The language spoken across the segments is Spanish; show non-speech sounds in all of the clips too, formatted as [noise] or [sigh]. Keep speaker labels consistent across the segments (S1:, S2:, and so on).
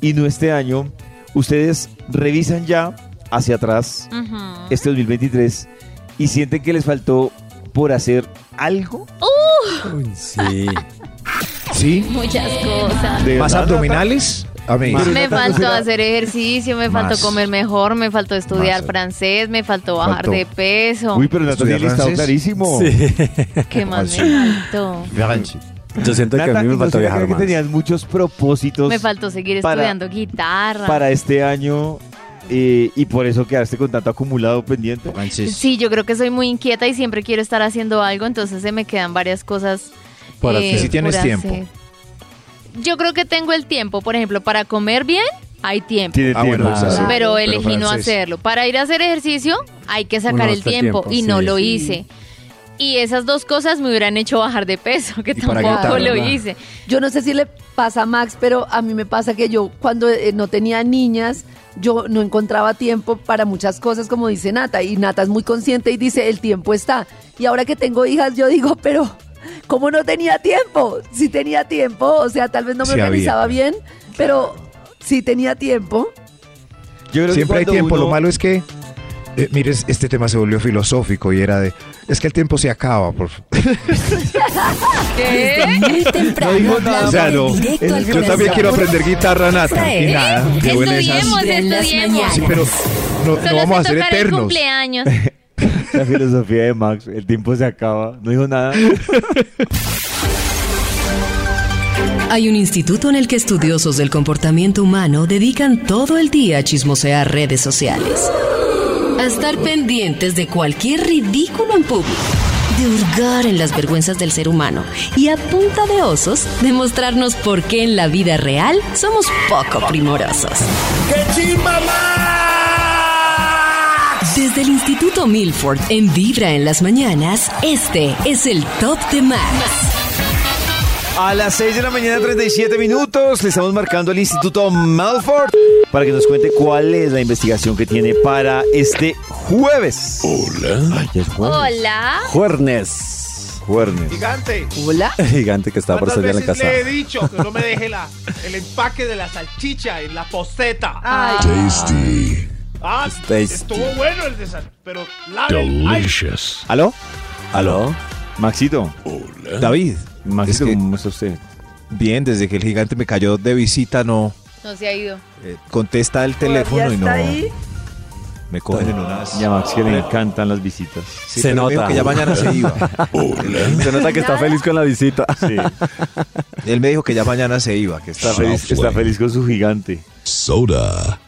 S1: y no este año, ustedes revisan ya hacia atrás
S2: Ujú.
S1: este 2023 y sienten que les faltó por hacer algo.
S3: Sí.
S4: ¿Sí?
S2: Muchas cosas.
S1: De
S3: ¿Más
S1: verdad,
S3: abdominales? A mí.
S1: Más.
S2: Me
S1: Renata,
S2: faltó
S1: Lucila.
S2: hacer ejercicio, me faltó
S3: Más.
S2: comer mejor, me faltó estudiar
S3: Más.
S2: francés, me faltó bajar
S3: Faltó.
S2: de peso.
S1: Uy, pero Nata tiene
S3: ¿Estudiar
S1: listado
S3: francés?
S1: clarísimo.
S2: ¿Qué más
S3: así?
S2: me faltó?
S3: Yo siento
S1: Nata, y no sé, creo que
S3: más.
S1: tenías muchos propósitos
S2: Me faltó seguir
S1: Para-
S2: estudiando guitarra.
S1: para este año eh, y por eso quedaste con tanto acumulado pendiente.
S2: Sí, yo creo que soy muy inquieta y siempre quiero estar haciendo algo, entonces se me quedan varias cosas. eh,
S3: Por hacer. Si tienes
S2: por
S3: tiempo.
S2: hacer. Yo creo que tengo el tiempo, por ejemplo, para comer bien, hay tiempo.
S1: Tiene
S3: Ah,
S1: tiempo.
S3: bueno,
S1: exacto.
S3: claro.
S2: pero
S3: Pero
S2: elegí no
S3: francés.
S2: hacerlo. Para ir a hacer ejercicio hay que sacar
S5: Uno
S2: el
S5: hasta el
S2: tiempo,
S5: tiempo,
S2: y
S5: sí.
S2: no lo
S5: Sí.
S2: hice. Y esas dos cosas me hubieran hecho bajar de peso, que
S3: Y para
S2: tampoco
S3: gritar,
S2: lo
S3: ¿verdad?
S2: hice.
S6: Yo no sé si le pasa a Max, pero a mí me pasa que yo cuando eh, no tenía niñas, yo no encontraba tiempo para muchas cosas, como dice Nata, y Nata es muy consciente y dice, el tiempo está. Y ahora que tengo hijas, yo digo, [laughs] pero ¿cómo no tenía tiempo? Sí tenía tiempo, o sea, tal vez no me
S3: Sí había.
S6: organizaba bien, pero sí tenía tiempo.
S1: Yo creo que
S3: Siempre hay
S1: cuando
S3: tiempo. Lo
S1: uno-
S3: malo es que, eh, mires, este tema se volvió filosófico y era de, es que el tiempo se acaba. Por...
S2: ¿Qué?
S7: Muy temprano. hablando del directo
S3: yo
S7: al
S3: también
S7: corazón.
S3: quiero aprender guitarra, Nata.
S7: ¿Eh?
S3: Y nada, llevo en esas.
S2: Estudiemos,
S7: En las
S2: estudiemos.
S3: Sí, pero no, no
S2: Solo
S3: vamos a
S2: sé
S3: ser
S2: tocar el
S3: eternos.
S2: cumpleaños.
S1: La filosofía de Max, el tiempo se acaba, no dijo nada.
S8: Hay un instituto en el que estudiosos del comportamiento humano dedican todo el día a chismosear redes sociales, a estar pendientes de cualquier ridículo en público, de hurgar en las vergüenzas del ser humano y a punta de osos demostrarnos por qué en la vida real somos poco primorosos. Desde el Instituto Milford en Vibra en las mañanas, este es el Top de Max.
S1: A las 6 de la mañana, 37 minutos, le estamos marcando al Instituto Malford para que nos cuente cuál es la investigación que tiene para este jueves.
S2: Hola.
S5: Juernes.
S1: Jueves.
S6: Hola.
S5: Gigante que estaba por
S9: ¿Cuántas
S5: salir a la
S9: veces
S5: casa.
S9: le he dicho que no me deje la, el empaque de la salchicha en
S3: [laughs]
S9: la poseta? Ah,
S4: Tasty.
S5: tasty.
S9: estuvo bueno el de sal, pero lave el aire.
S1: ¿Aló?
S5: ¿Aló?
S1: Maxito.
S3: David, es
S1: Maxito,
S3: que
S1: ¿cómo está usted?
S3: bien, desde que el gigante me cayó de visita, no
S2: No se ha ido.
S3: eh, contesta el teléfono y no me cogen en unas.
S1: Y a Max que le encantan las visitas.
S3: Sí,
S5: Se
S3: pero me dijo
S5: nota.
S3: que ya mañana se
S1: [laughs]
S3: iba.
S5: Se nota que está feliz con la visita.
S1: Sí,
S3: Él me dijo que ya mañana se iba, que
S1: está
S3: estaba
S1: feliz, está feliz con su gigante.
S4: Soda.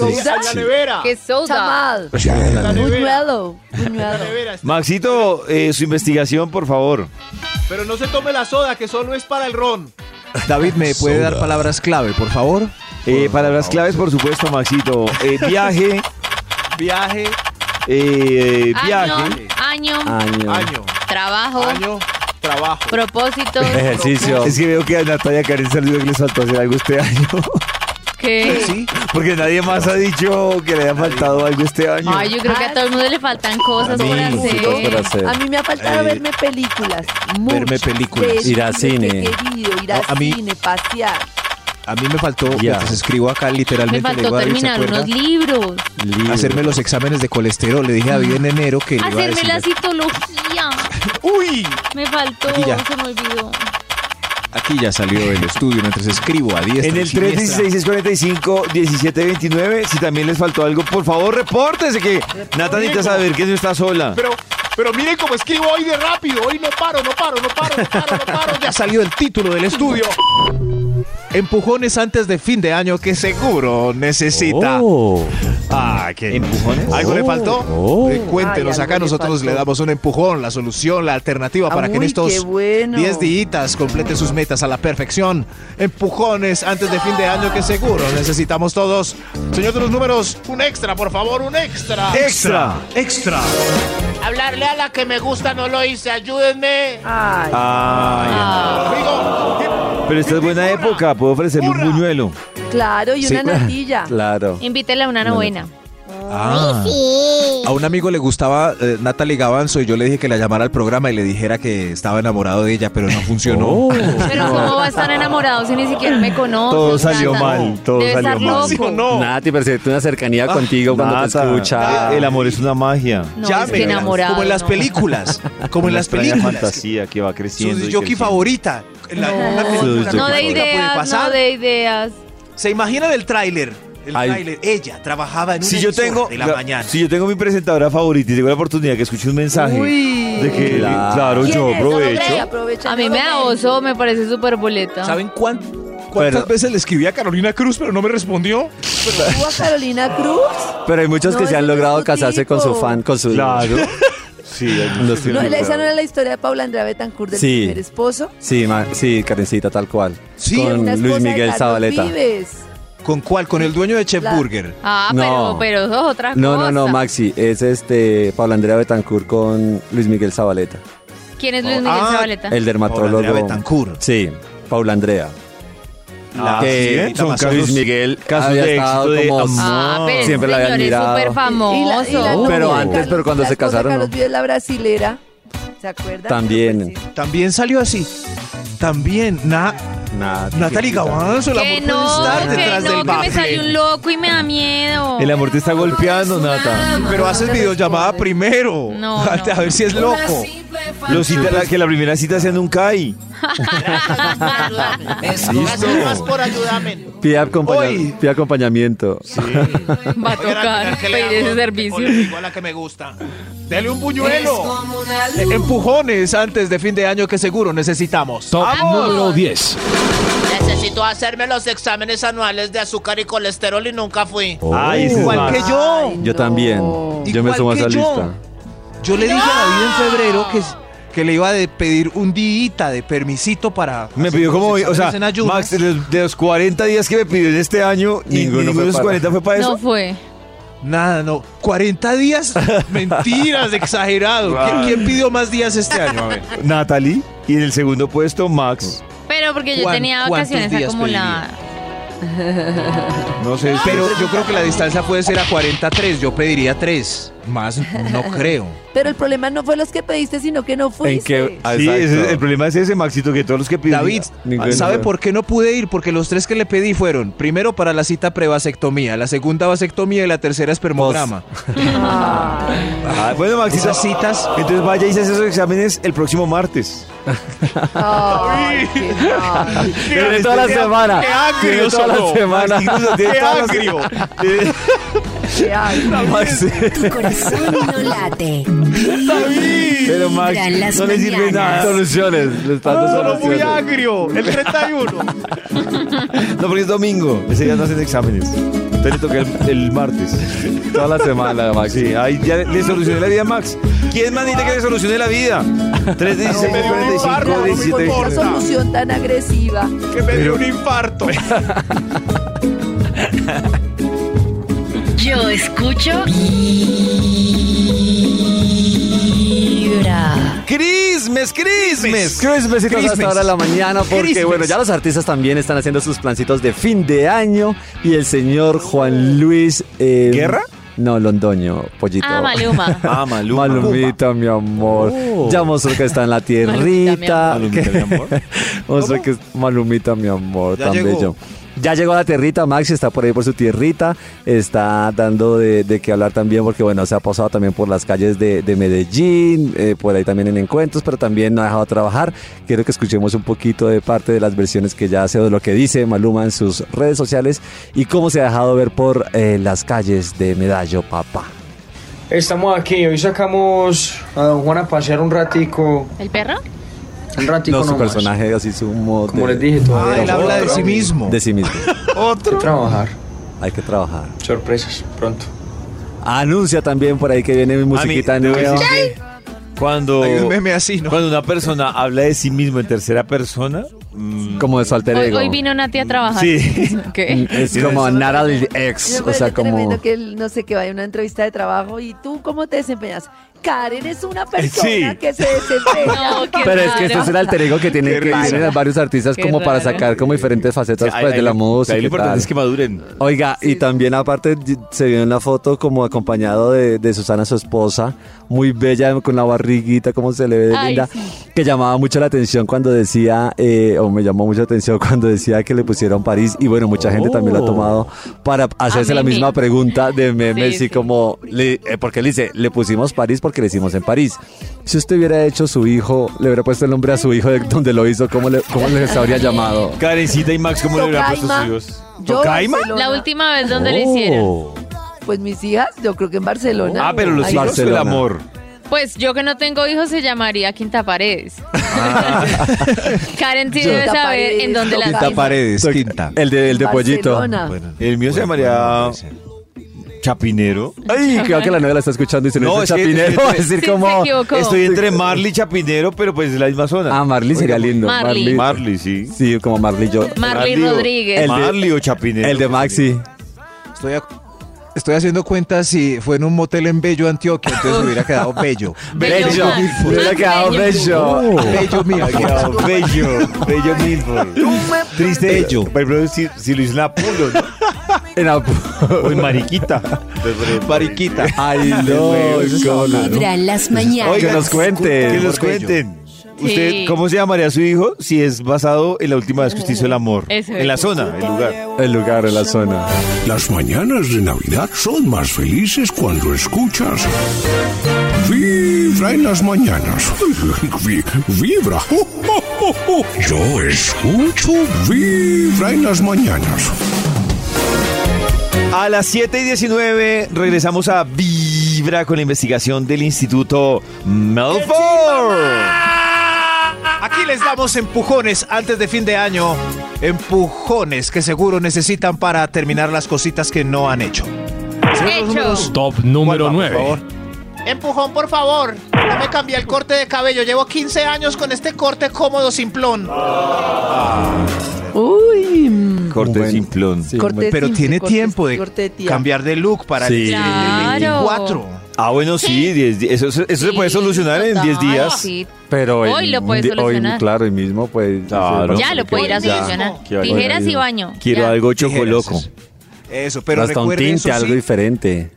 S9: A la nevera.
S2: ¿Qué soda?
S6: Chamal.
S3: Pues
S4: Jam.
S9: La nevera.
S6: Buñuelo.
S9: La
S6: Buñuelo.
S9: nevera. está-
S1: Maxito, eh, su investigación, por favor.
S9: Pero no se tome la soda, que solo es para el ron.
S3: David, ¿me puede
S4: Soda.
S3: dar palabras clave, por favor?
S1: Eh, palabras claves, por supuesto, Maxito. Eh, viaje,
S9: Viaje,
S1: eh,
S2: Ah,
S1: viaje,
S2: Año, año,
S5: Año.
S9: año.
S2: trabajo,
S9: Año, trabajo.
S2: propósitos.
S5: Ejercicio.
S1: Es que veo que a Natalia Karen salió que les faltó hacer algo este año.
S2: ¿Qué?
S3: Sí.
S1: Porque nadie más ha dicho que le haya faltado algo este año.
S2: Ay, yo creo que a todo el mundo le faltan cosas por
S5: Amigos, cosas por
S2: hacer.
S5: hacer.
S6: A mí me ha faltado
S3: Eh,
S6: verme películas.
S3: verme
S6: muchas
S3: películas.
S6: veces,
S5: Ir a
S6: lo que
S5: cine.
S6: he querido, ir a,
S3: No, a mí-
S6: cine, pasear.
S3: A mí me faltó,
S1: Ya.
S3: mientras escribo acá,
S2: Me
S3: literalmente, le digo
S2: faltó
S3: a David, ¿se
S2: terminar
S3: acuerda?
S2: unos libros.
S5: Libre.
S3: Hacerme los exámenes de colesterol. Le dije a David en enero que le iba a
S2: Hacerme
S3: decir.
S2: la citología.
S3: ¡Uy!
S2: Me faltó,
S3: Aquí ya.
S2: se me olvidó.
S3: Aquí ya salió del estudio mientras escribo a 10.
S1: En el 316-645-1729, si también les faltó algo, por favor, repórtese que Nata necesita saber que no está sola.
S9: Pero, pero miren cómo escribo hoy de rápido. Hoy no paro, no paro, no paro, no paro, no paro. Ya salió el título del estudio. Empujones antes de fin de año que seguro necesita.
S5: Oh.
S10: Ah, qué
S1: ¿Empujones?
S3: ¿Algo le faltó?
S5: Oh.
S3: Eh, cuéntenos
S6: Ay, algo
S3: acá,
S6: le
S3: nosotros
S6: faltó.
S3: le damos un empujón, la solución, la alternativa para que en
S6: Uy,
S3: estos
S6: qué
S3: 10
S6: bueno.
S3: días complete sus metas a la perfección. Empujones antes de fin de año que seguro necesitamos todos. Señor de los números, un extra, por favor, un extra.
S1: ¡Extra!
S11: Extra.
S3: [laughs] Hablarle a la que me gusta no lo hice, ayúdenme.
S6: Ay,
S5: Ah.
S3: Amigo,
S1: Pero esta es buena época, puedo ofrecerle un
S3: ¡Hurra!
S1: buñuelo.
S6: claro,
S5: [laughs]
S6: y una natilla.
S5: Claro.
S2: Invítela a una novena.
S11: A un amigo le gustaba eh, Natalie Gavanzo y yo le dije que la llamara al programa y le dijera que estaba enamorado de ella, pero no funcionó.
S2: Pero ¿cómo va a estar enamorado si ni siquiera me conoce?
S1: Todo salió
S2: Nata?
S1: mal, todo
S2: Debe
S1: salió
S2: estar
S1: mal.
S2: loco.
S3: ¿Sí o no?
S5: Nati, pero se- una cercanía
S3: Ah,
S5: contigo cuando te
S1: Nata,
S5: escucha.
S1: El amor es una magia.
S2: No, es que pues enamorado.
S3: Como en las
S2: no.
S3: películas. Como en
S1: Una
S3: las
S1: extraña
S3: películas.
S1: fantasía que va
S3: Su
S1: creciendo. y
S3: jockey
S1: creciendo.
S3: favorita. La, una película
S1: Su
S2: No de
S3: que nunca puede
S2: ideas,
S3: pasar.
S2: no de ideas.
S3: ¿Se imaginan el tráiler? El
S5: Ay.
S3: tráiler. Ella trabajaba en un
S1: Si yo tengo,
S3: de la
S1: la-
S3: mañana.
S1: si yo tengo mi presentadora favorita y tengo la oportunidad que escuche un mensaje de que,
S5: Claro.
S1: claro,
S6: ¿Quién
S1: yo
S6: es? Don Andrés,
S1: aprovecho.
S6: aprovecha,
S2: A mí
S6: no
S2: me
S6: lo
S2: da
S6: ve.
S2: oso, me parece súper boleta.
S3: ¿Saben cuán- cuántas
S5: Pero-
S3: veces le escribí a Carolina Cruz pero no me respondió?
S6: ¿Tú a
S5: [laughs]
S6: Carolina Cruz?
S5: Pero hay muchos que
S6: No,
S5: se han
S6: ese no es
S5: logrado
S6: tu
S5: casarse
S6: tipo.
S5: con su fan, con su.
S1: Claro. Sí, hay muchos
S5: Los
S1: que
S6: No,
S1: me
S6: esa no
S1: acuerdo.
S6: era la historia de Paula Andrea Betancourt del
S5: Sí.
S6: primer esposo.
S5: Sí, ma- sí, Karencita, tal cual. con
S6: Una esposa
S5: Luis
S6: de
S5: Miguel
S6: Carlos
S5: Zabaleta.
S6: Vives.
S11: ¿Con cuál? Con el dueño de Chef
S6: La-
S11: Burger.
S2: Ah, pero,
S5: No.
S2: pero eso es otra
S5: No,
S2: cosa.
S5: no, no, Maxi, es este Pablo Andrea Betancourt con Luis Miguel Zabaleta,
S2: ¿Quién es Luis Miguel
S3: Ah,
S2: Zabaleta?
S5: el dermatólogo.
S3: Paula Andrea Betancourt.
S5: Sí, Paula Andrea.
S1: Ah, sí,
S5: que
S1: ¿eh? Son
S5: Luis
S1: casos-
S5: Miguel
S1: casos
S5: había
S1: de
S5: estado
S1: éxito de
S5: como
S1: amor.
S2: Ah, pero
S5: Siempre
S2: ese
S5: la había
S2: señor
S5: admirado.
S2: es súper
S6: Y la- y la
S2: famoso.
S6: novia
S5: Pero
S6: de
S5: antes,
S6: Carlos-
S5: pero cuando
S6: la
S5: se
S6: esposa de
S5: casaron,
S6: Carlos
S5: no.
S6: Vives, la brasilera. ¿Se acuerdan?
S5: También.
S6: Pero pues sí.
S3: También salió así. También Na-
S5: Nat-
S3: Natalie Gavanzo, la
S2: Que
S3: mujer
S2: no,
S3: estar
S2: que
S3: detrás
S2: no,
S3: del
S2: que me
S3: bafle.
S2: salió un loco y me da miedo.
S1: El amor te está golpeando, Nata.
S3: Pero haces videollamada primero.
S11: [laughs]
S2: No,
S3: a
S2: no.
S3: ver si es loco.
S1: Los cita- la- que la primera cita sea nunca hay.
S2: [laughs]
S5: Pide, acompaña-
S3: Hoy.
S5: pide acompañamiento.
S2: Va a tocar pedir ese servicio.
S3: Igual la que me gusta. Dele un buñuelo. Empujones antes de fin de año que seguro necesitamos.
S12: Top número 10.
S9: Necesito hacerme los exámenes anuales de azúcar y colesterol y nunca fui.
S1: Ay, ese es
S3: Igual
S1: Max.
S3: que yo.
S5: Yo también. Yo me
S3: Igual
S5: sumo a
S3: que
S5: esa
S3: yo.
S5: lista.
S3: Yo le dije a David en febrero que, que le iba a de- pedir un día de permisito para.
S1: Me pidió como, o sea,
S3: en ayunas.
S1: Max, de los, de los 40 días que me pidió en este año, y
S5: Ninguno
S1: ninguno,
S5: fue
S1: de los
S5: para-
S1: 40 fue para eso.
S2: No fue.
S3: Nada, no. ¿40 días? Mentiras, exagerado. ¿Quién, quién pidió más días este año? A ver.
S1: Natalie, y en el segundo puesto, Max.
S2: Pero porque yo
S3: ¿Cuán-
S2: tenía
S3: cuántos
S2: vacaciones
S3: días
S2: acumuladas.
S1: No sé,
S3: Pero yo creo que la distancia puede ser a 43. Yo pediría 3. Más no creo.
S6: Pero el problema no fue los que pediste, sino que no fuiste.
S5: ¿En qué? Ah,
S1: Sí, ese-
S5: exacto.
S1: el problema es ese, Maxito, que todos los que piden. Ah,
S3: David,
S5: Ninguno.
S3: ¿sabe por qué no pude ir? Porque los tres que le pedí fueron primero para la cita prevasectomía, la segunda vasectomía y la tercera espermograma.
S1: Ah, bueno, Maxito,
S3: Esas citas.
S1: entonces vaya y se hace esos exámenes el próximo martes. [laughs]
S6: Ay, qué mal.
S5: Tiene toda la semana. Tiene toda la semana.
S1: Incluso tiene todas las- tiene-
S6: Qué asco.
S5: Maxi.
S7: Tu corazón no late.
S1: Pero Max,
S7: Vibra en las
S1: no le sirve
S7: mañanas.
S1: nada.
S5: Soluciones. Le están
S1: Ah,
S5: dando soluciones.
S3: agrio, el 31.
S1: No, porque es domingo. Ese día no hacen exámenes. Entonces le toca el, el martes.
S5: Toda la semana, Maxi.
S1: Sí, ahí ya le- le solucioné la vida a Max. ¿Quién más necesita que le solucione la vida? 3, 16,
S6: No,
S1: 45,
S6: no, con
S1: 17.
S6: esa solución tan agresiva.
S3: que me dio un infarto.
S7: Yo escucho. Vibra.
S1: ¡Crismes, crismes!
S5: Christmas y todas hasta
S1: Christmas.
S5: ahora de la mañana porque
S1: Christmas.
S5: bueno, ya los artistas también están haciendo sus plancitos de fin de año y el señor Juan Luis eh,
S1: ¿Guerra?
S5: No, Londoño, pollito.
S2: Ah,
S1: [laughs]
S2: Maluma.
S1: Ah, Maluma.
S5: Malumita, mi amor. Ya monstruo que está en la tierrita.
S1: Malumita, mi [laughs] amor.
S5: Monstruo que es Malumita, mi amor,
S3: Ya
S5: tan
S3: llegó.
S5: bello. Ya llegó a la tierrita, Maxi está por ahí por su tierrita, está dando de, de qué hablar también porque bueno, se ha pasado también por las calles de, de Medellín, eh, por ahí también en encuentros, pero también no ha dejado trabajar. Quiero que escuchemos un poquito de parte de las versiones que ya hace de lo que dice Maluma en sus redes sociales y cómo se ha dejado ver por eh, las calles de Medallo, papá.
S9: Estamos aquí, hoy sacamos a Don Juan a pasear un ratico.
S2: ¿El perro?
S9: Un ratico
S5: No, su
S9: nomás.
S5: personaje así sumo
S9: Como les dije, todavía
S3: Ah, él habla de sí mismo.
S1: [laughs]
S5: De sí mismo.
S9: hay que trabajar.
S5: Hay que trabajar.
S9: Sorpresas, pronto.
S5: Anuncia también por ahí que viene mi musiquita
S1: te voy a
S5: nueva.
S1: decir que Cuando,
S5: Hay un meme
S1: cuando una persona habla de sí mismo en tercera persona,
S5: como de su alter Mm,
S2: Hoy, hoy vino Nati a trabajar. [laughs]
S1: Sí.
S2: Ok.
S5: [laughs] Es como Natalie X, o sea, como...
S6: Tremendo que él, no sé, que vaya a una entrevista de trabajo y tú, ¿cómo te desempeñas? Karen es
S1: Eh,
S6: una persona
S5: Sí.
S6: que se
S2: [laughs]
S6: desempeña.
S2: No, qué
S5: Pero es que este
S2: raro.
S5: es el alter ego que tienen,
S1: Qué
S5: que
S1: raro.
S5: tienen a varios artistas
S2: Qué
S5: como para
S2: raro.
S5: sacar como diferentes facetas
S1: Sí,
S5: pues,
S1: ahí-
S5: de la
S1: ahí lo-
S5: música.
S1: ahí lo
S5: y
S1: importante
S5: tal.
S1: es que maduren.
S5: Oiga, y también aparte y- se vio en la foto como acompañado de, de Susana, su esposa, muy bella con la barriguita, como se le ve de
S13: Ay,
S5: linda,
S13: sí.
S5: que llamaba mucho la atención cuando decía, eh, o me llamó mucho la atención [laughs] cuando decía que le pusieron París, y bueno, mucha gente también
S13: Oh.
S5: lo ha tomado para hacerse la
S13: meme.
S5: misma pregunta de memes
S13: Sí,
S5: y como, le- eh, porque le dice, le pusimos París porque le hicimos en París. Si usted hubiera hecho su hijo, le hubiera puesto el nombre a su hijo de donde lo hizo, ¿cómo, le, cómo les habría llamado?
S1: Karencita y Max, ¿cómo le hubieran puesto
S6: Tocaima.
S1: sus hijos?
S6: Yo,
S1: ¿Tocaima?
S6: Barcelona.
S2: La última vez donde
S1: Oh.
S2: lo hicieron.
S6: Pues mis hijas, yo creo que en Barcelona.
S1: Ah, pero los
S6: Ahí-
S1: hijos del amor.
S2: Pues yo que no tengo hijos se llamaría Quinta Paredes. [laughs] Karen sí
S1: Yo-
S2: debe
S1: Quinta
S2: saber en dónde la
S1: Quinta Paredes, Quinta.
S5: El de, el de Pollito.
S1: Barcelona. El mío se llamaría Chapinero.
S2: [laughs]
S5: Ay, creo que la novia la está escuchando y se le dice
S1: es que-
S5: Chapinero.
S1: es que-
S5: [laughs] va a decir como.
S1: Estoy entre Marley y Chapinero, pero pues es la misma zona.
S5: Ah, Marley sería lindo.
S2: Marley.
S1: Marley, sí.
S5: Sí, como Marley yo.
S2: Marley
S1: o-
S2: Rodríguez.
S1: el de- Marley o Chapinero.
S5: El de Maxi.
S3: Estoy, a- estoy haciendo cuenta si fue en un motel en Bello, Antioquia, entonces me hubiera quedado Bello.
S5: Bello. Me hubiera quedado bello.
S3: Bello
S1: Quedado
S3: Milford.
S1: bello, bello Milford. Triste. Bello. Por ejemplo, si, si lo hizo en Apolo, ¿no?
S5: En
S1: O en Mariquita. Mariquita.
S5: [laughs] Ay, no,
S7: Vibra en las mañanas.
S1: Oigan,
S7: Que nos cuenten.
S1: Que nos
S7: Por bello.
S1: cuenten.
S7: Sí.
S1: ¿Usted cómo se llamaría a su hijo si es basado en la última vez que usted hizo el amor?
S7: Eso es.
S1: En la zona, el lugar.
S5: El lugar, en la zona.
S4: Las mañanas de Navidad son más felices cuando escuchas. Vibra en las mañanas. [laughs] Vi- Vibra. [laughs] Yo escucho Vibra en las mañanas.
S1: A las 7 y 19 regresamos a Vibra con la investigación del Instituto Melford.
S14: Aquí les damos empujones antes de fin de año. Empujones que seguro necesitan para terminar las cositas que no han hecho.
S15: Top número 9.
S9: Empujón, por favor. No me cambié el corte de cabello. Llevo 15 años con este corte cómodo simplón.
S6: Uy. mm.
S1: Corte simplón.
S6: Corte buen-
S14: Pero
S6: simple,
S14: tiene
S6: Este corte
S14: tiempo de
S6: corte de tía.
S14: cambiar de look para el-
S1: Sí.
S14: el, el 24.
S1: Ah, bueno, sí, diez di- eso, se- eso se puede solucionar en 10
S2: total,
S1: días.
S2: sí.
S5: Pero
S2: Hoy lo puedes solucionar.
S5: claro, hoy mismo, pues.
S2: Ya lo puede ir a solucionar. Tijeras y baño.
S5: Quiero
S2: Ya.
S5: algo chocoloco.
S3: Eso, pero
S5: Hasta un
S3: recuerden
S5: tinte,
S3: eso sí,
S5: algo diferente.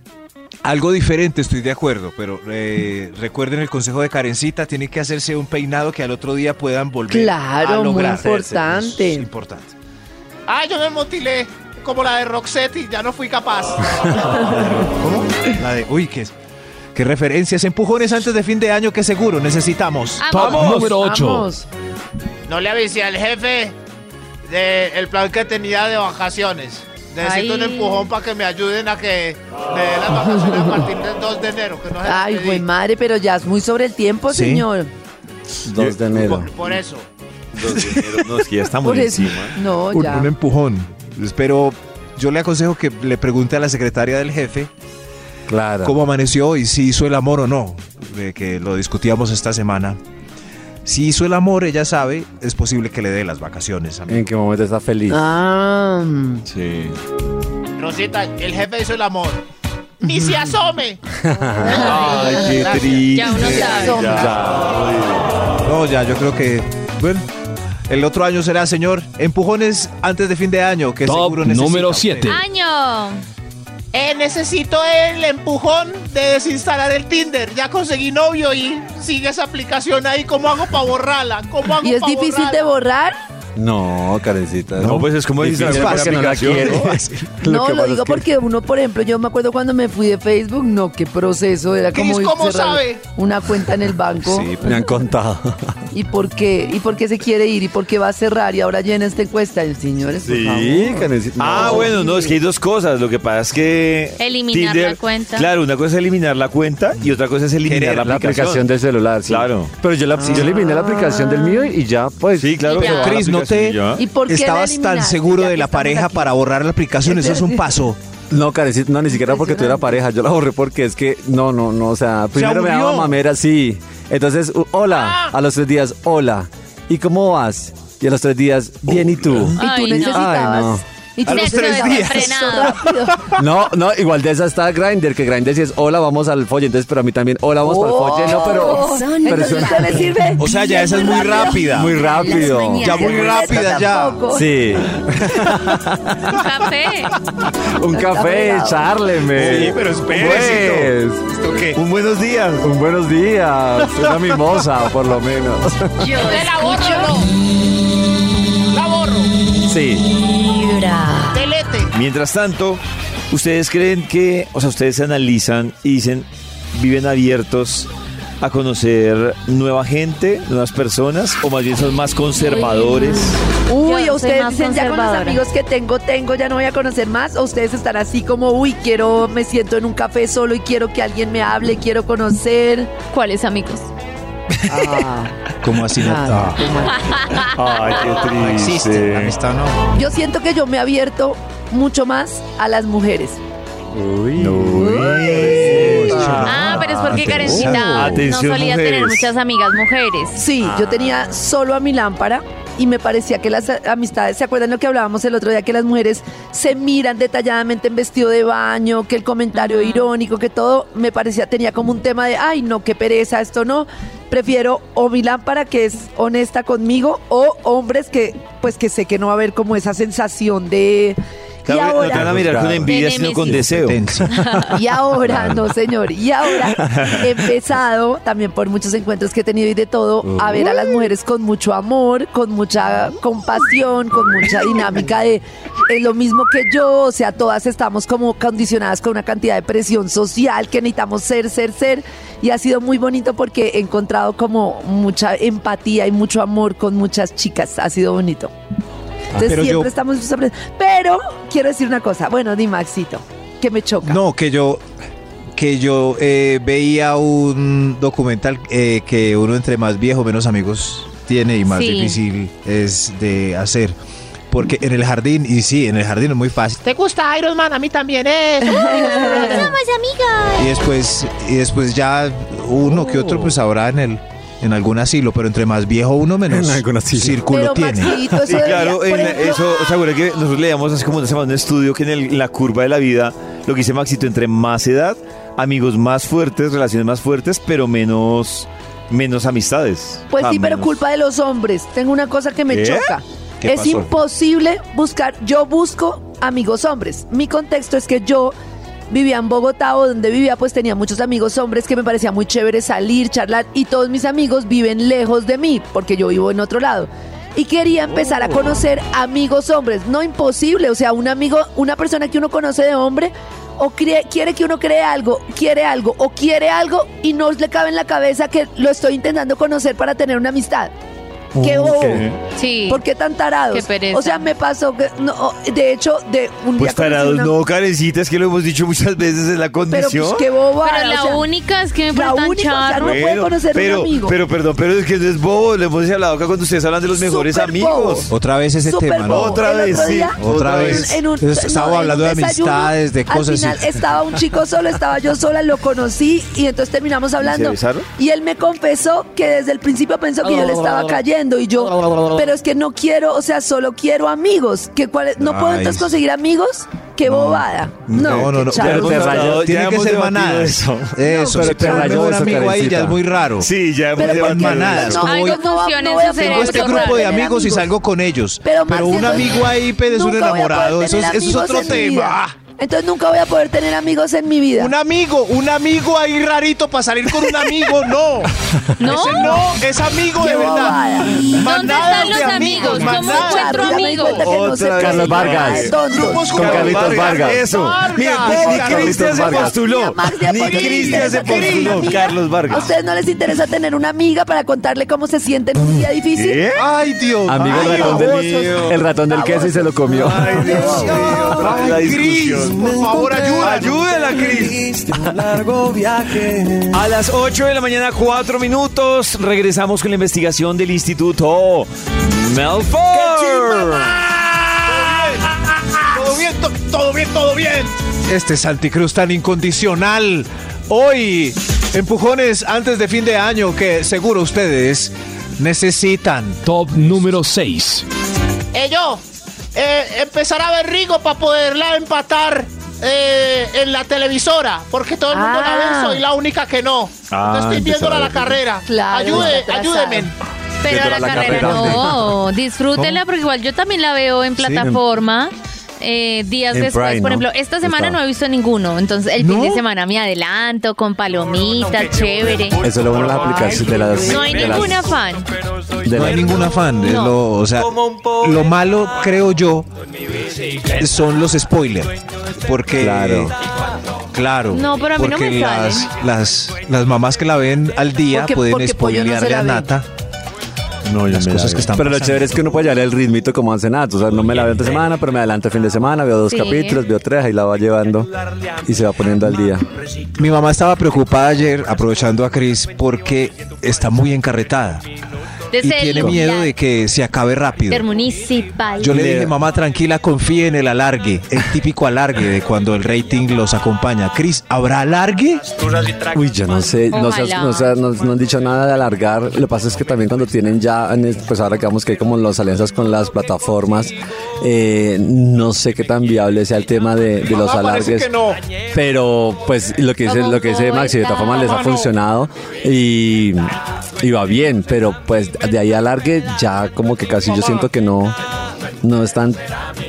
S3: Algo diferente, estoy de acuerdo, pero eh, recuerden el consejo de Karencita, tienen que hacerse un peinado que al otro día puedan volver a
S6: Claro, muy
S3: lograr.
S6: importante.
S3: Es importante.
S9: Ay, yo me motilé como la de Roxette y ya no fui capaz.
S14: ¿Cómo? La de, uy, qué, qué referencias. Empujones antes de fin de año que seguro necesitamos.
S6: Ah,
S2: Ah,
S9: Vamos. Top número ocho.
S14: Vamos.
S9: No le avisé al jefe del plan que tenía de vacaciones. Necesito un
S6: Ay.
S9: empujón para que me ayuden a que me den las vacaciones a partir del 2 de enero. Que no se las
S6: Ay,
S9: pedí.
S6: güey, madre, pero ya es muy sobre el tiempo,
S1: Sí.
S6: señor.
S5: 2 de enero.
S9: Por eso.
S1: No, es que ya estamos
S6: Por eso.
S1: encima.
S6: No,
S3: un,
S6: ya.
S3: un empujón. Pero yo le aconsejo que le pregunte a la secretaria del jefe
S5: claro.
S3: cómo amaneció y si hizo el amor o no, de que lo discutíamos esta semana. Si hizo el amor, ella sabe, es posible que le dé las vacaciones. amigo.
S5: ¿En qué momento está feliz?
S6: Ah.
S5: Sí.
S9: Rosita, el jefe hizo el amor. ¡Ni se asome!
S1: Ay, qué
S9: Gracias.
S1: triste.
S9: Ya uno sabe.
S3: No, ya, yo creo que. Bueno, el otro año será, señor. Empujones antes de fin de año, que seguro necesita
S15: número
S3: usted.
S15: siete.
S9: ¡Año! Eh, necesito el empujón de desinstalar el Tinder. Ya conseguí novio y sigue esa aplicación ahí. ¿Cómo hago para borrarla? ¿Cómo hago
S6: ¿Y es
S9: pa'
S6: difícil
S9: borrarla?
S6: de borrar?
S5: No, Karencita.
S1: No, pues es como
S5: Difícil
S1: dices,
S5: porque no la
S1: aplicación.
S5: quiere.
S1: [laughs]
S5: Lo
S6: No,
S5: que
S6: lo
S5: pasa
S6: digo
S5: es que-
S6: porque uno, por ejemplo, yo me acuerdo cuando me fui de Facebook, no, qué proceso, era como
S9: Cris, ¿cómo
S6: cerrar
S9: sabe?
S6: una cuenta en el banco.
S5: Me han contado.
S6: ¿Y por qué? ¿Y por qué se quiere ir? ¿Y por qué va a cerrar? Y ahora llena esta encuesta. Y, Señores, por favor.
S1: Sí, Karencita. Ah, bueno, no, es que hay dos cosas. Lo que pasa es que.
S2: Eliminar la cuenta.
S1: Claro, una cosa es eliminar la cuenta y otra cosa es eliminar la aplicación.
S5: la aplicación del celular, sí.
S1: Claro.
S5: Pero yo, la,
S6: Ah.
S5: yo eliminé la aplicación del mío y ya, pues.
S1: Sí, claro.
S5: Y ya.
S1: pero
S3: Cris, no te
S6: ¿Y por qué la
S3: estabas tan
S6: eliminas?
S3: seguro
S6: Ya
S3: de
S6: que
S3: la
S6: estamos
S3: pareja
S6: aquí.
S3: para borrar la aplicación. Eso es un paso.
S5: No, Karencita, no, ni siquiera porque tuviera pareja. Yo la borré porque es que, no, no, no. O sea, primero me
S3: aburrió.
S5: daba mamera, sí. Entonces, u- hola.
S6: Ah.
S5: A los tres días, hola. ¿Y cómo vas? Y a los tres días, bien, ¿y tú?
S6: tú
S2: Ay, no.
S6: necesitabas.
S5: Ay, no.
S6: Y tú
S2: A los tres
S6: necesitabas
S2: días.
S6: eso rápido.
S5: No, no, igual de esa está Grindr, que Grindr sí es hola, vamos al folle, entonces, pero a mí también, hola, vamos para el folle, no, pero.
S6: Son
S5: pero
S6: Oh, entonces
S5: suena-
S6: no le sirve.
S3: O sea, ya esa es muy rápida.
S5: Muy
S16: Las
S5: rápido.
S16: mañanas.
S3: Ya muy rápida, ya.
S6: Tampoco.
S5: Sí.
S2: Café.
S5: Un café,
S6: bravo.
S5: charleme.
S1: Sí, pero espérese,
S5: Pues,
S1: ¿Esto qué?
S5: Un buenos días. Un buenos días. Una mimosa, por lo menos.
S2: Yo
S9: ¿Te la borro o no? La borro.
S1: Sí.
S7: Vibra.
S9: Delete.
S1: Mientras tanto, ¿ustedes creen que, o sea, ustedes se analizan y dicen, viven abiertos a conocer nueva gente, nuevas personas, o más bien son más conservadores?
S6: Uy,
S2: Yo soy
S6: ustedes
S2: más
S6: dicen ya con los
S2: conservadora.
S6: amigos que tengo, tengo, ya no voy a conocer más. O ustedes están así como, uy, quiero, me siento en un café solo y quiero que alguien me hable, quiero conocer.
S2: ¿Cuáles amigos?
S3: ¿Cómo así, Nata?
S5: [laughs]
S1: Ay, qué
S14: No existe. La amistad no.
S6: Yo siento que yo me he abierto mucho más a las mujeres.
S5: Uy.
S2: Ah, pero es porque Karencita
S1: Atención,
S2: no solía tener
S1: mujeres.
S2: muchas amigas mujeres.
S6: Sí, yo
S1: Ah.
S6: tenía solo a mi lámpara y me parecía que las a- amistades, ¿se acuerdan lo que hablábamos el otro día? Que las mujeres se miran detalladamente en vestido de baño, que el comentario irónico, que todo, me parecía, tenía como un tema de, ay, no, qué pereza, esto no. Prefiero o mi lámpara que es honesta conmigo o hombres que, pues que sé que no va a haber como esa sensación de... Y
S1: Claro, no te van a
S6: ahora,
S1: mirar con envidia, sino con
S2: Nemesis.
S1: deseo.
S6: y ahora, no señor,
S3: [laughs]
S6: y ahora he empezado, también por muchos encuentros que he tenido y de todo, a ver a las mujeres con mucho amor, con mucha compasión, con mucha dinámica de es lo mismo que yo, o sea, todas estamos como condicionadas con una cantidad de presión social que necesitamos ser, ser, ser. Y ha sido muy bonito porque he encontrado como mucha empatía y mucho amor con muchas chicas. Ha sido bonito. Entonces
S3: Ah, pero
S6: siempre
S3: yo-
S6: estamos sorprendidos. Pero quiero decir una cosa. Bueno, di Maxito, que me choca.
S3: No, que yo que yo eh, veía un documental eh, que uno entre más viejo menos amigos tiene y más
S2: Sí.
S3: difícil es de hacer. Porque en el jardín, y sí, en el jardín es muy fácil.
S9: ¿Te gusta Iron Man? A mí también ¿eh? es.
S6: [laughs]
S3: Y después, y después ya uno que otro pues habrá en el en algún asilo, pero entre más viejo uno menos
S5: En algún asilo.
S3: círculo
S6: Pero,
S3: tiene.
S6: Maxito, eso
S1: Sí, claro,
S6: debería-
S1: en
S6: por
S1: la-
S6: ejemplo,
S1: eso, o sea, bueno, que nosotros leíamos hace como una semana un estudio que en el- la curva de la vida, lo que dice Maxito, entre más edad, amigos más fuertes, relaciones más fuertes, pero menos, menos amistades.
S6: Pues
S1: O sea,
S6: sí, pero
S1: menos-
S6: culpa de los hombres. Tengo una cosa que me
S1: ¿Qué?
S6: choca.
S1: ¿Qué
S6: es
S1: pasó?
S6: imposible buscar. Yo busco amigos hombres. Mi contexto es que yo vivía en Bogotá o donde vivía, pues tenía muchos amigos hombres que me parecía muy chévere salir, charlar y todos mis amigos viven lejos de mí porque yo vivo en otro lado. Y quería empezar a
S1: Oh.
S6: conocer amigos hombres. No imposible, o sea, un amigo, una persona que uno conoce de hombre o cree- quiere que uno cree algo, quiere algo o quiere algo y no le cabe en la cabeza que lo estoy intentando conocer para tener una amistad. Qué bobo.
S2: Sí.
S6: ¿Por qué tan tarados?
S2: Qué pereza.
S6: O sea, me pasó que no, de hecho de un
S1: Pues
S6: día conocí
S1: tarados,
S6: una-
S1: no, carecitas, que lo hemos dicho muchas veces en la
S6: pero
S1: condición.
S6: pues qué bobo.
S2: Pero la única es que me
S6: la
S2: parece tan
S6: única, o sea,
S2: charro.
S6: no- puede conocer un
S1: pero,
S6: amigo.
S1: pero perdón, pero es que no es bobo, le hemos hablado acá cuando ustedes hablan de los mejores
S6: Súper
S1: amigos.
S6: bobo.
S3: Otra vez ese
S6: Súper
S3: tema, ¿no?
S6: bobo.
S1: Otra
S6: El
S1: vez,
S6: otro
S1: sí.
S6: día,
S3: Otra
S6: en-
S3: vez.
S6: en un-
S3: Estaba
S6: no, en
S3: hablando
S6: un
S3: de
S6: desayuno,
S3: amistades, de
S6: Al
S3: cosas.
S6: final estaba un chico solo, estaba yo sola, lo conocí y entonces terminamos hablando.
S1: besaron?
S6: Y él me confesó que desde el principio pensó que yo le estaba cayendo y yo, pero es que no quiero, o sea, solo quiero amigos. Que cuál, no puedo
S3: Ay.
S6: entonces conseguir amigos. Qué bobada. No,
S3: No, no, no.
S6: qué charro.
S5: Pero te
S1: hemos
S5: rayó,
S1: hablado- ya
S3: Tiene que
S1: hemos
S3: ser
S1: debatido
S3: manadas.
S1: eso.
S3: Eso,
S5: pero
S3: si
S5: te
S3: te
S5: rayó
S3: un
S5: eso,
S3: amigo ahí ya
S5: Karencita.
S3: es muy raro.
S1: Sí, ya hemos
S6: Pero
S3: Llevan
S1: debatido
S6: porque-
S3: manadas,
S6: no,
S3: como
S6: algo
S3: voy-
S6: no va-
S2: funciona
S6: no voy
S2: en
S6: a
S3: Tengo
S2: su
S6: poder
S2: cerebro,
S3: este
S6: tener
S3: grupo de amigos, y
S6: amigos.
S3: salgo con ellos.
S6: Pero,
S3: Pero,
S6: Marcelo,
S3: un amigo ahí, pero es un
S6: nunca voy a poder
S3: enamorado. Eso, es-
S6: tener
S3: eso es
S6: amigos
S3: otro
S6: en mi
S3: tema. Ah,
S6: vida. Entonces nunca voy a poder tener amigos en mi vida.
S14: Un amigo, un amigo ahí rarito para salir con un amigo, no.
S6: [laughs]
S2: ¿No?
S14: Ese no, es amigo de
S6: Qué
S14: verdad.
S6: bobada.
S2: ¿Dónde
S14: Manadas
S2: están
S14: de
S2: los amigos? ¿Cómo
S14: manadas.
S2: encuentro
S6: Ya me di
S2: amigos?
S6: cuenta que no se
S5: Otra vez
S6: puede
S5: Carlos Vargas.
S6: nada de tontos.
S14: Grupos
S5: Con Carlitos Vargas.
S1: Eso.
S14: Vargas.
S1: Miren, ni- ni
S14: Carlitos
S1: Cristian se
S5: Vargas.
S1: postuló.
S6: Max de
S1: Ni
S6: apoyo.
S1: Cristian se
S6: ¿Ustedes no quieren una
S1: postuló.
S6: amiga?
S1: Carlos
S6: ¿A
S1: Vargas.
S6: ustedes no les interesa tener una amiga para contarle cómo se sienten un día difícil?
S1: ¿Qué?
S14: Ay, Dios.
S5: Amigo el
S14: Ay,
S5: ratón
S14: babosos.
S5: del, el ratón del queso y se lo comió.
S1: Ay, Dios mío.
S14: Ay,
S1: La
S14: Cris,
S1: discusión.
S14: por favor, ayúdala.
S1: Ayúdela, Cris. A las 8 de la mañana, 4 minutos, regresamos con la investigación del Instituto Melford.
S14: Todo bien, to- todo bien, todo bien. Este Santicruz tan incondicional. Hoy, empujones antes de fin de año que seguro ustedes necesitan.
S15: Top número 6.
S9: Eh, yo, eh, empezar a ver Rigo para poderla empatar eh, en la televisora, porque todo el mundo
S6: Ah.
S9: la ve, soy la única que no.
S1: Ah,
S9: no estoy
S1: empezar
S9: viéndola
S1: a
S9: a la
S1: ver.
S9: carrera.
S6: Claro,
S9: Ayude,
S6: está atrasado.
S9: ayúdenme.
S2: Pero
S5: Pero
S2: la,
S5: la
S2: carrera,
S5: carrera,
S2: no, disfrútenla porque igual yo también la veo en plataforma. eh, días
S5: en
S2: después,
S5: Prime,
S2: por
S5: ¿no?
S2: ejemplo, esta semana
S5: Está.
S2: no he visto ninguno, entonces el fin de semana me adelanto con palomitas, chévere.
S5: Eso es lo bueno de las aplicaciones de las.
S2: No hay
S5: de las-
S2: ningún afán.
S3: No
S5: de las-
S3: hay ningún afán. es
S2: No.
S3: Lo, o sea, lo malo, creo yo, son los spoilers. Porque.
S5: Claro.
S3: Claro.
S2: No, pero a mí no
S3: porque
S2: me
S3: las,
S2: salen.
S3: las, las mamás que la ven al día
S6: Porque-
S3: pueden
S6: porque Pollo no se la
S3: spoilearle a
S6: ve.
S3: Nata.
S5: No, yo
S3: Las
S5: me la
S3: cosas
S5: veo.
S3: que están
S5: Pero lo
S3: pasando.
S5: chévere es que uno puede llevar el ritmito como hacen antes. O sea, no me la veo esta semana, pero me adelanto el fin de semana, veo dos
S2: Sí.
S5: capítulos, veo tres, ahí la va llevando y se va poniendo al día.
S3: Mi mamá estaba preocupada ayer, aprovechando a Cris, porque está muy encarretada.
S2: De
S3: Y tiene
S2: ser
S3: miedo de que se acabe rápido.
S2: intermunicipal.
S3: Yo le dije, mamá, tranquila, confíe en el alargue, el típico alargue de cuando el rating los acompaña. Cris, ¿habrá alargue?
S5: Uy, yo no sé, no, se-
S2: Ojalá.
S5: no se- no- no han dicho nada de alargar. Lo que pasa es que también cuando tienen ya, en el- pues ahora digamos que hay como las alianzas con las plataformas, eh, no sé qué tan viable sea el tema de, de los
S14: Mamá, parece
S5: alargues.
S14: que no.
S5: Pero pues lo que dice, lo que dice Maxi, de todas formas les ha funcionado y, y va bien, pero pues de ahí a alargue ya como que casi yo siento que no. No es tan,